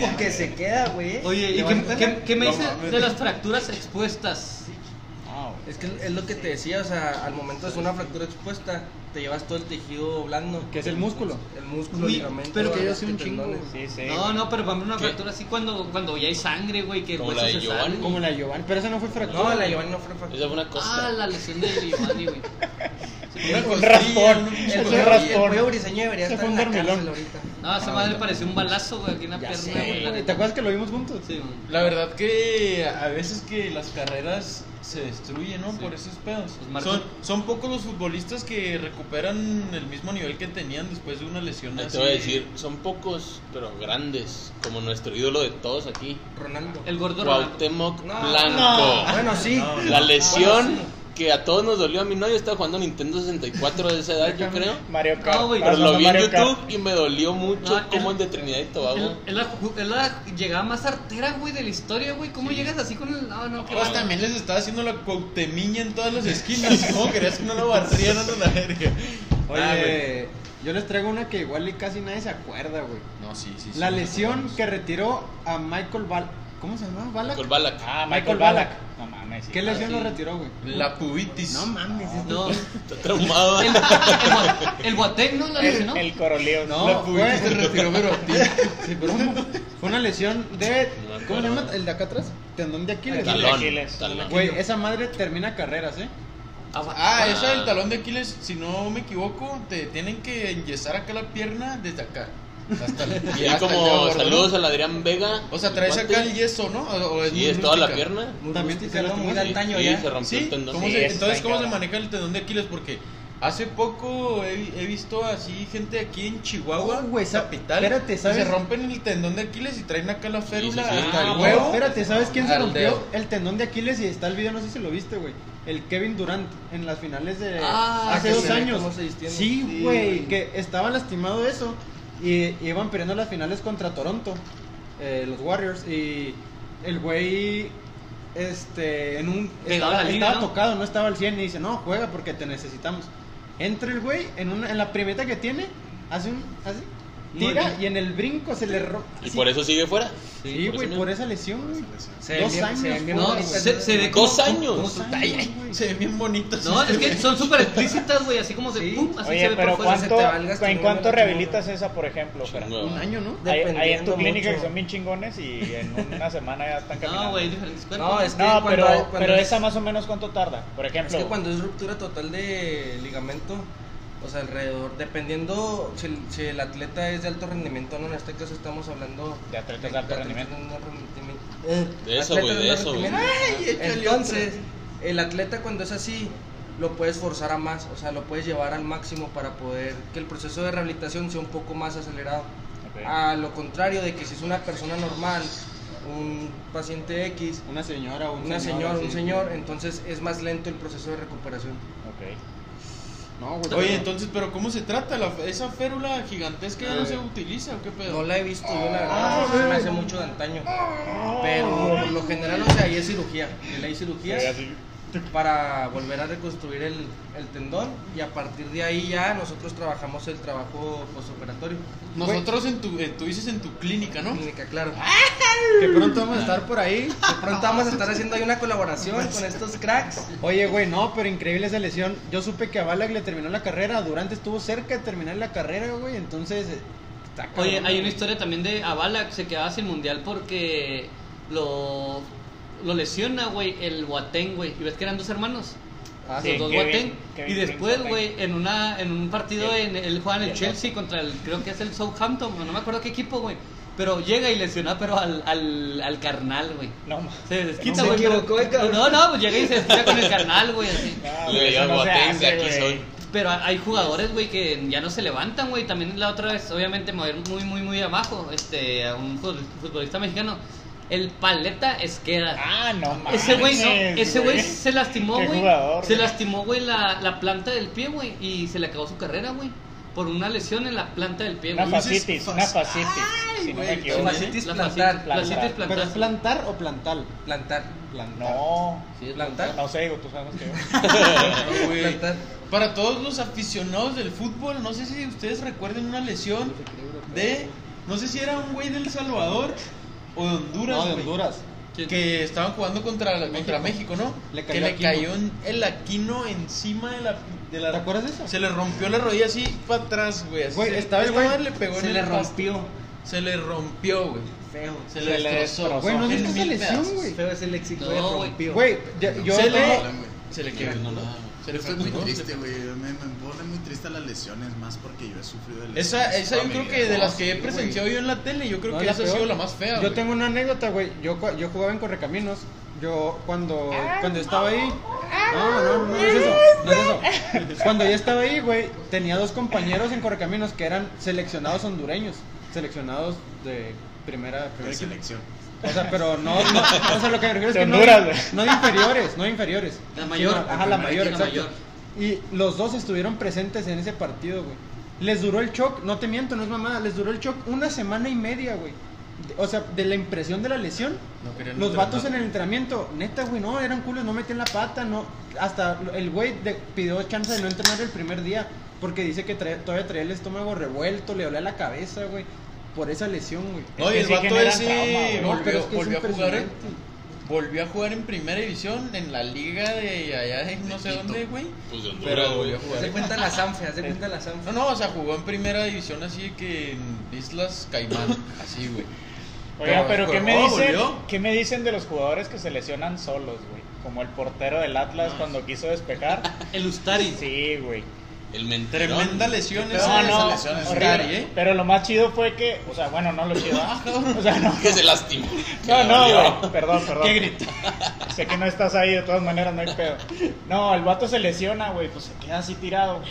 Como que se queda, güey.
Oye, ¿y qué,
Levántala.
qué- qué me
No
dices
mames.
de las fracturas expuestas?
Ah, güey.
Es que es lo que te decía, o sea, al momento es una fractura expuesta, te llevas todo el tejido blando.
Que es el músculo.
El músculo,
Uy,
ligamento.
pero que yo
los
soy un chingo,
tendones.
Sí, sí.
No, no, pero para mí una
¿Qué?
fractura así cuando, cuando ya hay sangre, güey, que el
Como
hueso
la de
se sale.
Giovanni.
Como la Giovanni. Pero esa no fue fractura.
No, la Giovanni no fue fractura.
Esa fue una
Ah,
cosa.
la lesión de Giovanni, güey.
Una
Un
costilla, un-
raspón. Es
El
un
pollo- El pollo
raspón.
briseño debería
Se
estar
fue
en
un
la cárcel
dormilón.
ahorita.
No, esa madre pareció un balazo, güey, aquí en la
Ah, Ya
pierna,
sé,
güey. la
güey. Eh, ¿Te
neta.
acuerdas que lo vimos juntos?
Sí, güey.
La verdad que a veces que las carreras se destruyen, ¿no? Por esos pedos.
Pues Marco-
Son, son pocos los futbolistas que recuperan el mismo nivel que tenían después de una lesión
Ahí
así.
Te voy a decir, son pocos, pero grandes. Como nuestro ídolo de todos aquí.
Ronaldo.
El gordo Ronaldo.
Cuauhtémoc
No,
Blanco.
Bueno, sí.
La lesión que a todos nos dolió. A mí no, yo estaba jugando Nintendo 64 de esa edad, yo creo.
Mario Kart.
No, güey,
Pero
Pasando
lo vi en
Mario Kart.
YouTube y me dolió mucho
No,
como
Ah, el-
el de Trinidad y Tobago.
Es la, ju- es la llegada más artera, güey, de la historia, güey. ¿Cómo llegas así con el.? No, no, qué
Pues
mal.
también les estaba haciendo la cuautemiña en todas las esquinas. ¿Cómo querías que no lo barrieran a la verga? Ah, güey.
Oye, yo les traigo una que igual y casi nadie se acuerda, güey.
no, sí, sí. sí.
La lesión que retiró a Michael Bal... ¿Cómo se llama? ¿Balak?
Con Balak.
Ah,
Michael
Michael
Ballack.
Ballack. No mames. sí.
¿Qué lesión
sí.
lo retiró, güey?
La pubitis.
No mames, este-
No.
Está traumado.
El, el, Gua- el Guatec, ¿no? La
El,
lesionó.
el coroleo.
No,
La
fue,
pubitis se retiró, pero a ti.
sí, pero ¿cómo? fue una lesión
No
de...
me
¿Cómo se
acuerdo.
llama? ¿El de acá atrás? Tendón de Aquiles.
Talón.
güey.
Talón.
Aquiles.
talón.
Güey, esa madre termina carreras, ¿eh?
Ah,
Ah, esa del talón de Aquiles, si no me equivoco, te tienen que enyesar acá la pierna desde acá. Hasta el-
Y ahí
hasta el dedo
como
gordo, ¿no?
saludos al Adrián Vega.
O sea, traes
Guante.
acá el yeso, ¿no? O, o es
Sí,
muy
es toda la
rústica.
pierna.
También
rústica,
te
¿no?
lo
Muy
muy
de
Sí,
antaño
sí,
ya.
se rompió
Sí,
el tendón.
¿cómo,
Sí,
se,
eso
entonces,
está
¿cómo se
cabrón.
maneja el tendón de Aquiles? Porque hace poco he, he visto así gente aquí en Chihuahua,
No, Oh, güey, sa-
capital,
espérate,
que
¿sabes?
se rompen el tendón de Aquiles y traen acá la férula
sí, sí.
hasta
Ah,
el huevo.
Espérate, ¿sabes quién se
Al
rompió
dedo.
el tendón de Aquiles? Y está el video, no sé si lo viste, güey. El Kevin Durant en las finales de
Ah,
hace
que
dos
se ve
años.
cómo se distiende.
Sí,
Sí,
güey,
güey.
que estaba lastimado eso. Y y iban perdiendo las finales contra Toronto, eh, los Warriors. Y el güey, este, en un.
Pegado a
Estaba,
la liga,
estaba
¿no?
tocado, no estaba al 100. Y dice, no, juega porque te necesitamos. Entra el güey, en, una, en la primera que tiene, hace un. Así, tira
Movimiento.
y en el brinco se le rompe.
Y por eso sigue fuera.
Sí, güey, por esa lesión, güey.
Se
Dos
ven bien-
años,
se ven bien
güey.
No,
bonitas,
se, se ve como-
Dos
como-
años.
como su talla.
Se ven bien bonitos.
No, es que son súper explícitas, güey, así como se...
Sí.
pum, así se
Oye,
ve
pero
por fuera.
¿cuánto,
te valga hasta
¿en
que
cuánto
no me la
rehabilitas esa, por ejemplo? Fran?
Chingado.
Un año, ¿no?
Hay, hay en tu
Dependiendo
clínica que
mucho.
son bien chingones y en una semana ya están caminando.
No, güey, diferentes cuerpos.
No, es que
No,
cuando,
pero,
cuando
pero
es-
esa más o menos cuánto tarda, por
Es
ejemplo.
que cuando es ruptura total de ligamento, o sea, alrededor, dependiendo si el, si el atleta es de alto rendimiento o no, en este caso estamos hablando
De atletas de alto rendimiento.
atletas de alto rendimiento.
De eso,
Atletas
güey, de
alto
eso, güey.
rendimiento.
Ay, échale
Entonces, el atleta cuando es así, lo puedes forzar a más, o sea, lo puedes llevar al máximo para poder que el proceso de rehabilitación sea un poco más acelerado.
Ok.
A lo contrario de que si es una persona normal, un paciente X,
Una señora, un
una
señor,
señora,
sí.
un señor, entonces es más lento el proceso de recuperación.
Ok.
No, güey.
Oye,
pero-
entonces, ¿pero cómo se trata? La- ¿Esa férula gigantesca ya no
Ah.
se utiliza o qué
No
pedo?
la he visto, yo la verdad, no sé, se me hace mucho de antaño. Pero por lo general, o sea, ahí es cirugía. Ahí hay cirugía
Sí, así.
para volver a reconstruir el, el tendón y a partir de ahí ya nosotros trabajamos el trabajo postoperatorio.
Nosotros en tu, eh, tú dices en tu clínica, ¿no?
Clínica, claro.
que pronto vamos a estar por ahí.
De pronto vamos a estar haciendo ahí una colaboración con estos cracks.
Oye, güey, no, pero increíble esa lesión. Yo supe que a Balag le terminó la carrera. Durante estuvo cerca de terminar la carrera, güey. Entonces, eh, está
Oye,
cabrón,
hay una
güey.
historia también de Avala que se quedaba sin mundial porque lo, lo lesiona, güey, el Guatén, güey. Y ves que eran dos hermanos.
Ah,
los
sí,
dos
Kevin-
Boateng.
Kevin
y después,
Prince
güey, en una en un partido
Sí.
en él juega en
Y
el
el
Chelsea contra el creo que es el Southampton, no me acuerdo qué equipo, güey. Pero llega y lesiona pero al, al, al carnal, güey.
No, ma-
Se desquita,
Se
güey. pero-
equivocó el cabrón.
No, no, pues llega y se desquita con el carnal, güey, así.
no,
Le
güey,
digo a
eso no se
Boateng, de
hace,
aquí
güey.
soy.
Pero ha- hay jugadores, güey, que ya no se levantan, güey. También la otra vez, obviamente, mover muy, muy, muy abajo. Este, a un fut- futbolista mexicano. El paleta Esqueda.
Ah, no mames.
ese güey, no, ese güey se lastimó,
Qué
güey.
jugador,
Se
güey.
lastimó, güey, la, la planta del pie, güey. Y se le acabó su carrera, güey. Por una lesión en la planta del pie,
Una
güey.
facitis, una facitis. si no me
güey,
equivoco.
facitis.
La
plantar.
faci- la facitis
Plantar.
¿Pero es
plantar.
plantar o plantal?
Plantar.
Plantar.
No,
Sí, es
Plantar.
no sé, digo, tú sabes que.
Pero, güey,
Plantar.
Para todos los aficionados del fútbol, no sé si ustedes recuerden una lesión de. No sé si era un güey del Salvador o de Honduras.
No, de
güey,
Honduras.
Sí.
Que estaban jugando contra, la- contra México, ¿no?
Le
que
cayó
le
Aquino.
cayó un- el Aquino encima de la, de
¿Te
la.
acuerdas de eso?
Se le rompió la rodilla así para atrás, güey. así
Güey,
se-
estaba el
esta
güey-
madre le pegó
Se
en
le
el pasto.
rompió.
Se le rompió, güey.
Feo.
Se le
Se le
destrozó.
destrozó.
Güey, no
en
sé esa
mil pedazos.
lesión, güey.
Feo es el éxito.
No,
le
güey.
rompió.
Güey, ya- yo.
Se le.
no,
Se le quedó.
No, no, no.
Se le fue
muy
¿no?
triste, güey. Me, me pone muy triste las lesiones, más porque yo he sufrido de lesiones.
Esa, esa yo
toda mi
creo
vida.
que de
No,
las que he
sí, güey.
presenciado yo en la tele, yo creo
No,
que
la
esa ha
peor.
sido la más fea.
Yo
güey.
tengo una anécdota, güey. Yo, cu- yo jugaba en Correcaminos. Yo, cuando, cuando estaba ahí. No, no, no, no es eso. No es eso. Cuando yo estaba ahí, güey, tenía dos compañeros en Correcaminos que eran seleccionados hondureños. Seleccionados de primera.
De
primer equipo.
selección.
O sea, pero no, no. O sea, lo que me refiero es
De
que no,
Honduras,
de-
güey.
no de inferiores, no de inferiores.
La mayor.
Sino- ajá, la
La
mayor,
mayor.
exacto. Y los dos estuvieron presentes en ese partido, güey. Les duró el shock, no te miento, no es mamada, les duró el shock una semana y media, güey. De- O sea, de la impresión de la lesión,
No querían
los vatos en
entrenar.
el entrenamiento, neta, güey, no, eran culos, no metían la pata, no. Hasta el güey de- pidió chance de no entrenar el primer día, porque dice que trae- todavía traía el estómago revuelto, le dolía la cabeza, güey, por esa lesión, güey.
No, y
Es
el
que sí
vato
generan
ese
trauma,
No,
volvió,
pero es que es
volvió a jugar eh. en,
impresionante.
volvió a jugar en primera división en la liga de allá de no sé
Quito.
dónde, güey.
Pues de Honduras,
Pero
güey.
volvió a
Haz
jugar.
de
en-
cuenta la Sanfe, haz de cuenta la
No,
Sanfe.
no, o sea, jugó en primera división así que en Islas Caimán, así, güey.
Oiga,
Pero-
pero ¿qué me,
pero- oh,
dicen,
volvió.
¿qué me dicen de los jugadores que se lesionan solos, güey? Como el portero del Atlas cuando quiso despejar.
El Ustari.
Sí, güey.
El mentirón.
Tremenda lesión
Pero
esa.
No,
esas
no,
lesiones,
horrible.
Gary, ¿eh?
Pero lo más chido fue que, o sea, bueno, no lo chido. ah, O sea, no.
Que se lastimó. que
No,
le
no,
dolió.
güey. Perdón, perdón. Qué grito. Sé que no estás ahí, de todas maneras, no hay pedo. No, el vato se lesiona, güey, pues se queda así tirado, güey.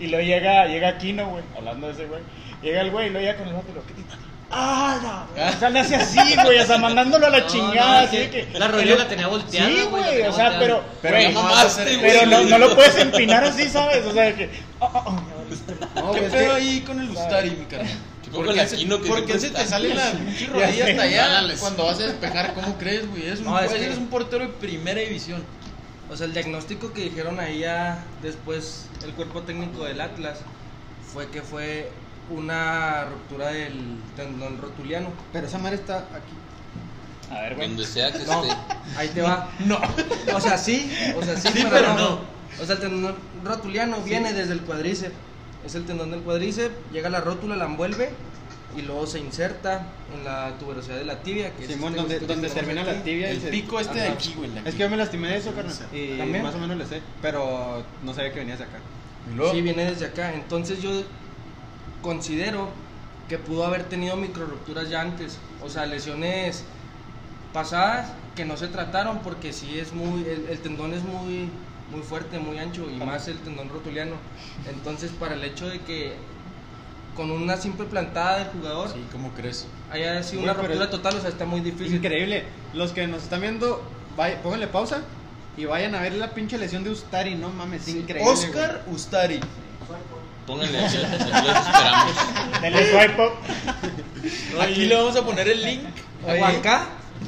Y luego llega, llega Kino, güey, hablando de ese güey. Llega el güey y luego llega con el vato y lo que ¡Ah, no! güey! O sea, le hace así, güey, o sea, mandándolo a la
No,
chingada,
no,
así
que
que.
la rodilla la tenía volteada,
Sí,
güey, la tenía
o sea,
volteada.
pero.
Pero
güey,
no
mamaste,
vas a hacer-
pero no, no lo puedes empinar así, ¿sabes? O sea, que. ah, ah, ah,
No, güey,
¿Qué
es
pedo
que-
ahí con el Ustari, mi carnal?
¿Qué poco
¿Por
el
qué, se,
Aquino que
por
siempre
qué se te
está?
sale la pinche rodilla
sé.
hasta allá
Dale.
cuando vas a despejar? ¿Cómo crees, güey? Es un,
No, es
güey,
que-
eres un portero de primera división.
O sea, el diagnóstico que dijeron ahí ya después el cuerpo técnico del Atlas fue que fue una ruptura del tendón rotuliano.
Pero esa madre está aquí.
A ver, güey.
Donde sea que
No,
esté.
ahí te va.
Este. No.
O sea, sí, o sea, sí,
Sí, pero no.
O sea, el tendón rotuliano viene desde el cuádriceps. Es el tendón del cuádriceps, llega la rótula, la envuelve y luego se inserta en la tuberosidad de la tibia, que es
Simón,
este
donde,
huesito que
donde
tenemos
termina
aquí.
la tibia. y
El
se-
pico este de
Ajá.
aquí, güey. la
Es que yo me lastimé de eso, carnal. Y
¿También?
más o menos le sé. Pero no sabía que venías de acá.
Y luego-
Sí, viene desde acá. Entonces yo considero que pudo haber tenido microrupturas ya antes. O sea, lesiones pasadas que no se trataron porque sí es muy... El, el tendón es muy, muy fuerte, muy ancho y más el tendón rotuliano. Entonces para el hecho de que con una simple plantada del jugador
Sí, ¿cómo crees?
haya sido
Güey,
una
pero-
ruptura total, o sea, está muy difícil.
Increíble. Los que nos están viendo, vaya- pónganle pausa y vayan a ver la pinche lesión de Ustari. No mames, increíble.
Oscar Ustari.
Pónganle aquí, aquí los esperamos.
Denle swipe up.
Aquí le vamos a poner el link.
O acá,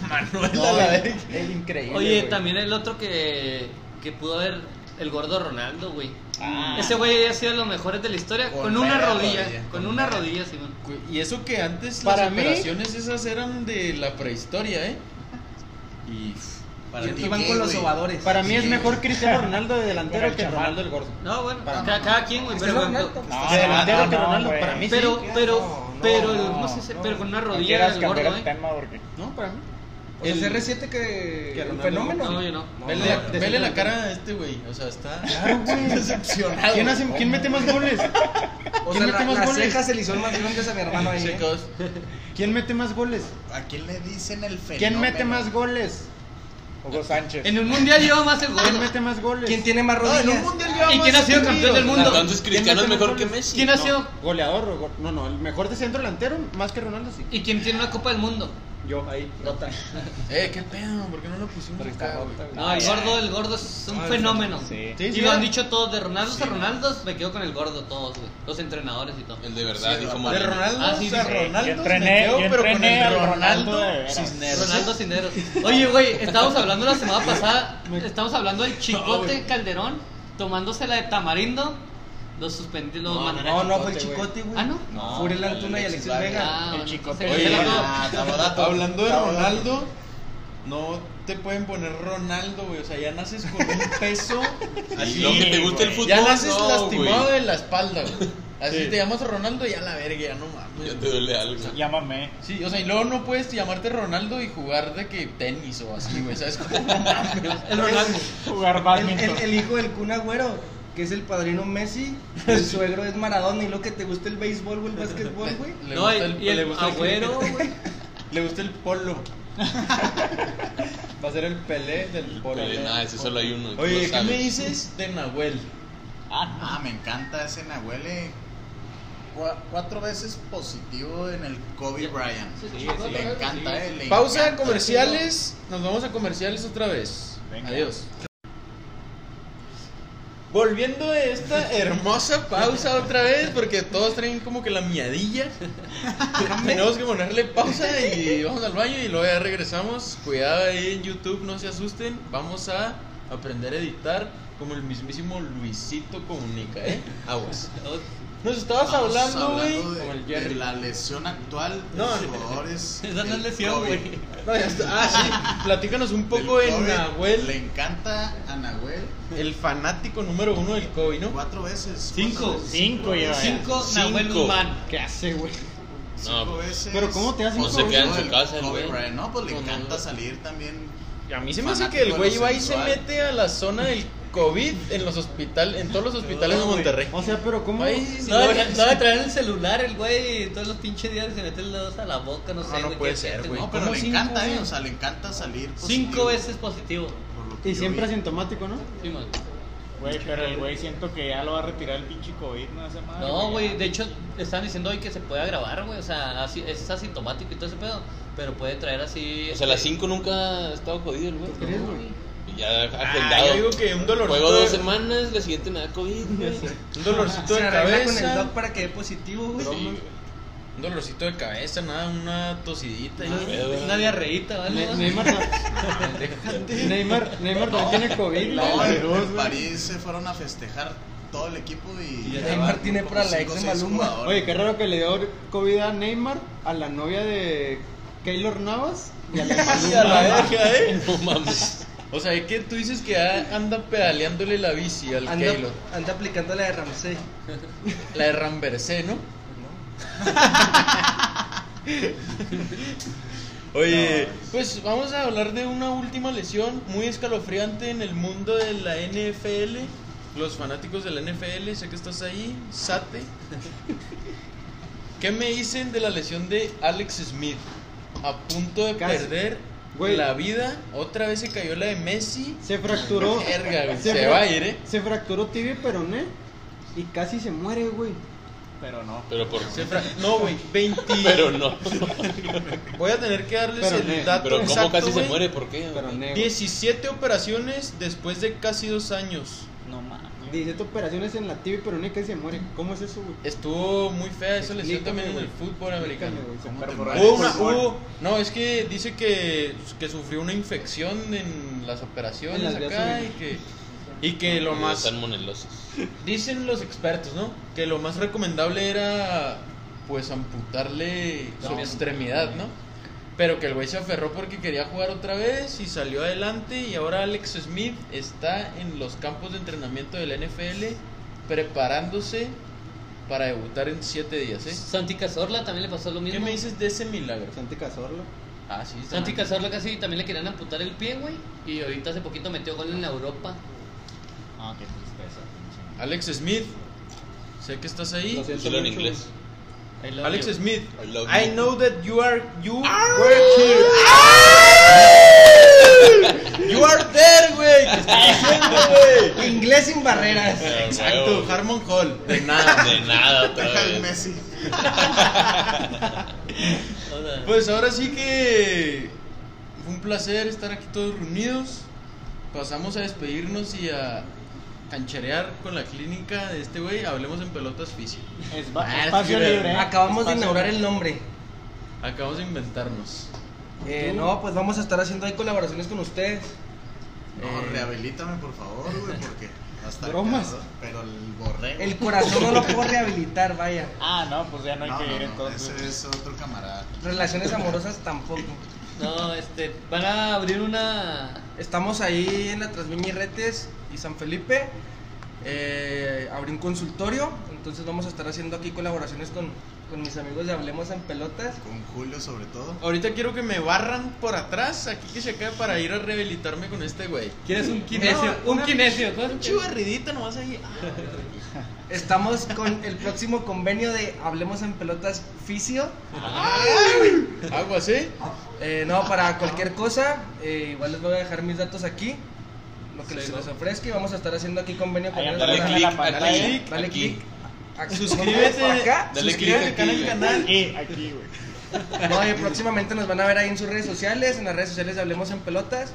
Manuel
No,
a la
güey,
verga.
es increíble.
Oye,
güey.
también el otro que, que pudo haber, el gordo Ronaldo, güey.
Ah.
Ese güey ha sido de los mejores de la historia
Con
con, una
media
rodilla,
rodilla,
con
con
una
media.
rodilla, Simón.
Güey, Y eso que antes
Para
las
mí-
operaciones esas eran de la prehistoria, ¿eh? Y
Para
siento
ti,
van
¿qué,
con los
güey?
ovadores.
Para mí es
Sí.
mejor Cristiano Ronaldo de delantero
Para el
que
chaval.
Ronaldo el gordo.
No, bueno,
Para
cada,
mamá.
cada quien, güey. Pero,
Cristiano
cuando-
Ronaldo.
No,
de delantero
no,
que
no,
Ronaldo,
güey.
para mí
pero,
sí.
pero,
no,
pero,
no,
no sé, si-
no.
pero con una
No
rodilla
quieras
del gordo,
cambiar el
eh.
tema porque.
No, para mí.
O sea, el CR7 que...
que
el
Ronaldo-
fenómeno.
No, yo no.
vele,
no, no.
vele la cara a este güey. O sea, está
Decepcionado. ¿Quién, hace- quién mete más goles?
O sea,
¿Quién mete
la,
más
las
goles?
cejas se le hicieron más grandes a mi hermano ahí. ¿eh?
chicos.
¿Quién mete más goles?
¿A quién le dicen el fenómeno?
¿Quién mete más goles?
Hugo Sánchez.
En un mundial lleva más el
¿Quién
gordo.
mete más goles?
¿Quién tiene más
No,
rodillas?
en un mundial llevamos
¿Y quién ha sido campeón del mundo?
Entonces Cristiano es
¿Quién mete
mejor
más
que
goles?
Messi.
¿Quién ha
No.
sido?
Goleador, o go- no, no, el mejor de centro delantero, más que Ronaldo, sí.
¿Y quién tiene una Copa del Mundo?
Yo, ahí, nota.
Eh, qué pedo, ¿por qué no lo pusimos acá, güey?
No, el gordo, el gordo es un fenómeno.
Sí.
Sí,
y
sí,
lo
ya.
han dicho todos, de Ronaldos a Ronaldos, me quedo con el gordo todos, güey. Los entrenadores y todo.
El de verdad, dijo
De
Manuel.
Ronaldo,
Ah, sí,
o sea,
sí.
Ronaldo
Yo entrené-
me quedo,
yo
pero con
entrené
el
al
Ronaldo,
Ronaldo de veras.
Cisneros.
Ronaldo Cineros. Oye, güey, estábamos hablando la semana pasada, estábamos hablando del chicote Calderón tomándose la de tamarindo. Los suspendidos, los mandaron a
No, no, fue el
Chicote,
chicote, güey.
Ah, no.
No,
Furiel Antuna y
Alexis
Alexis
Vega.
Vega.
Ah,
El
bueno,
chicote.
entonces,
Oye,
¿qué pedo?
Ah, estamos datos.
Hablando de
Estamos datos.
Ronaldo, no te pueden poner Ronaldo, güey. O sea, ya naces con un peso.
Y lo que te gusta el
güey.
fútbol.
ya naces
no,
lastimado
güey.
de la espalda, güey. Así
Sí.
te llamas Ronaldo y ya la verga, ya no mames.
Ya te duele algo.
Llámame.
Sí, o sea, y luego no puedes llamarte Ronaldo y jugar de que tenis o así, güey, ¿sabes? Como, no mames.
El Ronaldo.
Jugar
El,
badminton.
el- el hijo del Kun Agüero, que es el padrino Messi, el suegro es Maradona y lo que te gusta el béisbol o el básquetbol, güey.
Le
No,
gusta
el- y el
le gusta
Agüero, güey.
Le gusta el polo.
Va a ser el Pelé del polo.
Duele, Nada, ese solo hay uno. tú lo
Oye, ¿qué
sabes.
me dices de Nahuel?
Ah, me encanta ese Nahuel. eh. Cua- Cuatro veces positivo en el Kobe Bryant.
Sí, sí, sí.
Le encanta, eh. le
Pausa,
encanta.
comerciales. Nos vamos a comerciales otra vez.
Venga.
Adiós. Volviendo de esta hermosa pausa otra vez, porque todos traen como que la miadilla. Tenemos que ponerle pausa y vamos al baño y luego ya regresamos. Cuidado ahí en YouTube, no se asusten. Vamos a aprender a editar como el mismísimo Luisito comunica, ¿eh? Aguas. Nos estabas
Estamos
hablando, güey.
hablando de-
como el
de,
Jerry.
la lesión actual de
No,
los
no.
jugadores.
Esa no es
del
lesión,
COVID.
güey.
No, ya está. Ah, sí. Platícanos un poco
Del
de
COVID.
Nahuel.
Le encanta a Nahuel.
El fanático número uno del Kobe, ¿no?
Cuatro veces.
Cinco.
cuatro veces.
Cinco lleva. ya.
Cinco,
Cinco.
Nahuel Guzmán.
¿Qué hace, güey?
No,
Cinco
pues.
veces.
Pero ¿cómo te hace
O
un
se
gol?
queda en
Del
su casa, el
Kobe
güey.
Bryant, No, pues le
Con
encanta
el-
salir también.
Y a mí se me hace
Fanático
que el
de
güey
lo
va y se
sensual.
mete a la zona del COVID en los hospitales, en todos los hospitales de Monterrey.
O sea, pero ¿cómo?
Ay,
Sí,
no,
no, va a
ya-
tra- no va a traer el celular el güey y todos los pinches días se mete el dedo a la boca, no sé,
No, no
güey,
puede
qué
ser,
ojete,
güey.
No, pero
¿Cómo
le
cinco,
encanta,
güey?
eh, o sea, le encanta salir
Cinco veces positivo.
Y siempre asintomático, ¿no?
Sí, man.
Güey, pero el güey siento que ya lo va a retirar el pinche COVID, ¿no? Esa madre,
No, güey,
ya.
de hecho están diciendo hoy que se puede grabar, güey, o sea, así, es asintomático y todo ese pedo, pero puede traer así... este,
O sea, las 5 nunca ha estado jodido el güey.
¿Tú crees, güey?
Y Ya
Ah,
agendado.
yo digo que un
Juego
dolorcito,
dos
de,
semanas, la siguiente me da COVID, güey.
un dolorcito
Se
de
arregla con el
cabeza,
doc para que dé positivo, güey.
Sí, güey.
un dolorcito de cabeza, nada, una tosidita. y-
Una diarreíta, ¿vale?
Ne- Neymar, Neymar, Neymar también tiene COVID.
No,
güey.
en- en París se fueron a festejar todo el equipo y.
Y
llevaban
Neymar tiene
como
para la
cinco
ex de
o seis
Maluma.
jugadores.
Oye, qué raro que le dio COVID a Neymar, a la novia de Keylor Navas y a la
Y a la verga, ¿eh?
No mames.
O sea, es que tú dices que ya anda pedaleándole la bici al
Anda,
Keylor.
anda aplicando la de Ramsey.
La de Ramversé, ¿no? Oye, pues vamos a hablar de una última lesión muy escalofriante en el mundo de la NFL. Los fanáticos de la NFL, sé que estás ahí, Sate. ¿Qué me dicen de la lesión de Alex Smith? A punto de
Casi.
perder
Güey.
la vida. Otra vez se cayó la de Messi.
Se fracturó.
Verga, güey,
se
se
fra-
va a ir, ¿eh?
Se fracturó tibia y peroné E y casi se muere, güey.
Pero no.
Pero por
Se fra- no, güey, 20.
Pero no.
Voy a tener que darles
Pero, ne-
el dato
Pero cómo
exacto,
casi se
güey.
muere, ¿por qué? güey?
E,
Peroné. güey.
17 operaciones después de casi dos años.
No mames.
17 operaciones en la tibia y peroné y E casi se muere. ¿Cómo es eso, güey?
Estuvo muy fea esa lesión
Explícame,
también en el
güey.
fútbol americano.
Explícame, güey, se
¿Cómo te
perforó.
mueres?
Hubo una-
Fútbol.
hubo- no, es que dice que, que sufrió una infección en las
En
operaciones
las vías
acá y
urinarias.
que, y que lo más...
Salmonelosis.
Dicen los expertos, ¿no? Que lo más recomendable era, pues, amputarle su
No.
extremidad, ¿no? Pero que el güey se aferró porque quería jugar otra vez y salió adelante y ahora Alex Smith está en los campos de entrenamiento del NFL preparándose para debutar en siete días, ¿eh?
Santi Cazorla también le pasó lo mismo.
¿Qué me dices de ese milagro?
Oh. Santi Cazorla.
Ah, sí,
Santi Cazorla casi también le querían amputar el pie, güey, y ahorita hace poquito metió gol en la Europa.
Ah, qué
pues,
tristeza. pinche.
Alex Smith, sé que estás ahí.
Lo siento
Dilo en
mucho,
inglés.
I love
Alex
you.
Smith,
I love
I
you.
know that you are you were here. You are there, güey. ¿Qué estás haciendo, güey?
Inglés sin barreras.
Eh,
Exacto,
huevo.
Harmon Hall. De nada.
De nada otra
Deja el
vez.
Messi.
O sea,
Pues ahora sí que fue un placer estar aquí todos reunidos. Pasamos a despedirnos y a cancharear con la clínica de este güey. Hablemos en pelotas físicas.
Es va-
Ah, sí,
espacio
güey.
libre. ¿eh?
Acabamos de
Espacio
inaugurar
libre.
el nombre.
Acabamos de inventarnos.
Eh, no, pues vamos a estar haciendo ahí colaboraciones con ustedes.
No,
Eh,
rehabilítame, por favor, güey, porque va a estar.
Bromas.
caro, Pero el borrego.
El corazón no lo puedo rehabilitar, vaya.
Ah, no, pues ya no hay
No,
que
no,
ir
no,
entonces.
Ese es otro camarada.
Relaciones amorosas tampoco.
no, este, van a abrir una...
Estamos ahí en la Trasviña y Retes y San Felipe. Eh, abrí un consultorio, entonces vamos a estar haciendo aquí colaboraciones con, con mis amigos de Hablemos en Pelotas.
Con Julio, sobre todo.
Ahorita quiero que me barran por atrás, aquí que se acabe para ir a rehabilitarme con este güey.
¿Quieres un kinesio?
No,
un
una-
kinesio, ¿cuál?
Chivarridita nomás ahí.
Estamos con el próximo convenio de Hablemos en Pelotas Fisio.
Aguas, ¿eh?
Eh, no, para cualquier cosa, eh, igual les voy a dejar mis datos aquí, lo que les, les ofrezca y vamos a estar haciendo aquí convenio con
Ahí
ellos.
dale
Dale
para-
click,
click,
dale
dale
click,
click.
Dale
aquí.
clic. Ah, Ac-
Suscríbete.
acá.
Dale
Suscríbete
clic
acá en
aquí,
el
güey.
canal.
Aquí, aquí, güey.
No, y próximamente nos van a ver ahí en sus redes sociales, en las redes sociales de Hablemos en Pelotas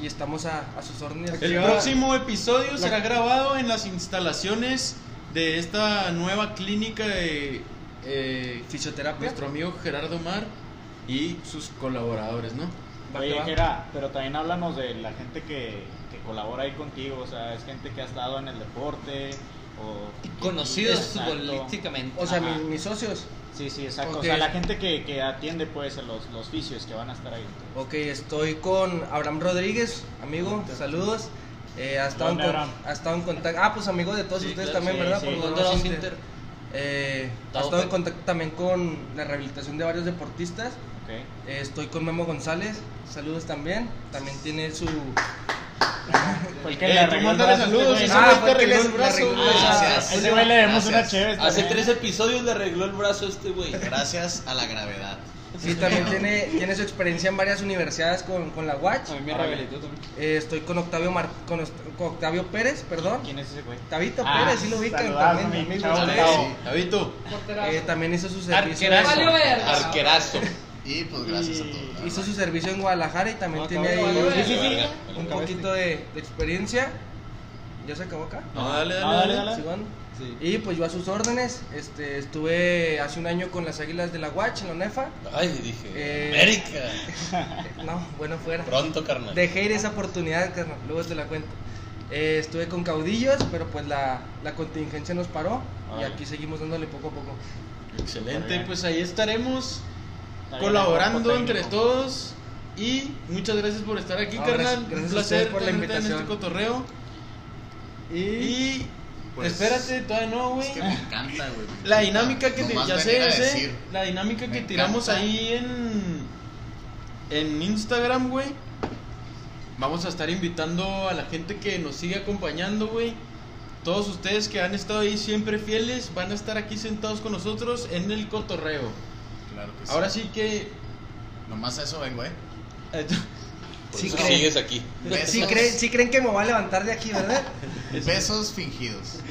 y estamos a, a sus órdenes.
El
Activa-
próximo episodio será grabado en las instalaciones de esta nueva clínica de eh,
Fisioterapia.
nuestro amigo Gerardo Mar y sus colaboradores, ¿no?
Va que
Oye,
va.
Jera, pero también háblanos de la gente que, que colabora ahí contigo, o sea, es gente que ha estado en el deporte o...
Conocidos
Exacto.
futbolísticamente.
O sea,
Ajá.
mi- mis socios.
Sí, sí, exacto.
Ok.
O sea, la gente que, que atiende pues a los, los fisios que van a estar ahí.
Ok, estoy con Abraham Rodríguez, amigo, saludos. Eh, ha, estado en
¿Dónde,
con-
Abraham?
ha estado en contacto. Ah, pues amigo de todos
Sí,
ustedes
claro,
también,
sí,
¿verdad?
sí.
Por
Con
los
Dorados
Inter.
Inter.
Eh, ha
Dao
estado en
Pe-
contacto también con la rehabilitación de varios deportistas.
Ok.
Eh, estoy con Memo González, saludos también. También tiene su,
Fue el que
Eh,
le
tú
arregló el
mándale
brazo,
saludos,
güey.
ese
Ah,
güey te
fue el que
arregló
le-
el brazo,
le arregló-
güey.
Ah,
Gracias.
Ese güey le debemos una
Gracias.
chévere.
Hace tres episodios le arregló el brazo a este güey.
Gracias a la gravedad.
Sí, también tiene, tiene su experiencia en varias universidades con, con la Watch.
A mí me rehabilitó también.
Eh, estoy con Octavio, Mar- con, Oct- con Octavio Pérez, perdón.
¿Quién es ese güey?
Octavito
Ah,
Pérez, sí lo ubican
saludazo,
también.
mi
amigo.
chavo,
Sí.
Octavo.
Davidito,
Eh, también hizo su servicio.
Arquerazo.
Valió verga.
Arquerazo.
Y pues gracias a todos.
Hizo su servicio en Guadalajara y también
No,
tiene
acabó,
ahí
valió
Sí, sí, sí.
verga.
un poquito de, de experiencia. ¿Ya se acabó acá?
no, dale,
No,
dale,
dale,
dale.
dale.
Sí, bueno.
Sí.
Y pues yo a sus órdenes, este, estuve hace un año con las Águilas de la Guach en la UNEFA.
Ay, dije.
Eh.
América.
No, bueno, fuera.
Pronto, carnal.
Dejé ir esa oportunidad, carnal, luego te la cuento. Eh, estuve con caudillos, pero pues la, la contingencia nos paró y
Ah.
aquí seguimos dándole poco a poco.
Excelente, pues ahí estaremos colaborando entre todos. Y muchas gracias por estar aquí,
No,
carnal.
gracias- gracias
Un
a ustedes
placer
por la
tenerte en
invitación.
este cotorreo.
Y,
Y
Pues,
espérate, todavía no, güey.
Es que me encanta, güey.
La dinámica que te-
Nomás
ya sé,
venir a
ya sé,
decir.
la dinámica
Me
que tiramos
encanta.
ahí en en Instagram, güey. Vamos a estar invitando a la gente que nos sigue acompañando, güey. Todos ustedes que han estado ahí siempre fieles van a estar aquí sentados con nosotros en el cotorreo.
Claro que sí.
Ahora sí que
Nomás a eso vengo, eh.
Por
Sí
eso
creo.
sigues aquí.
Sí,
Besos,
creen- sí creen que me voy a levantar de aquí, ¿verdad?
besos fingidos.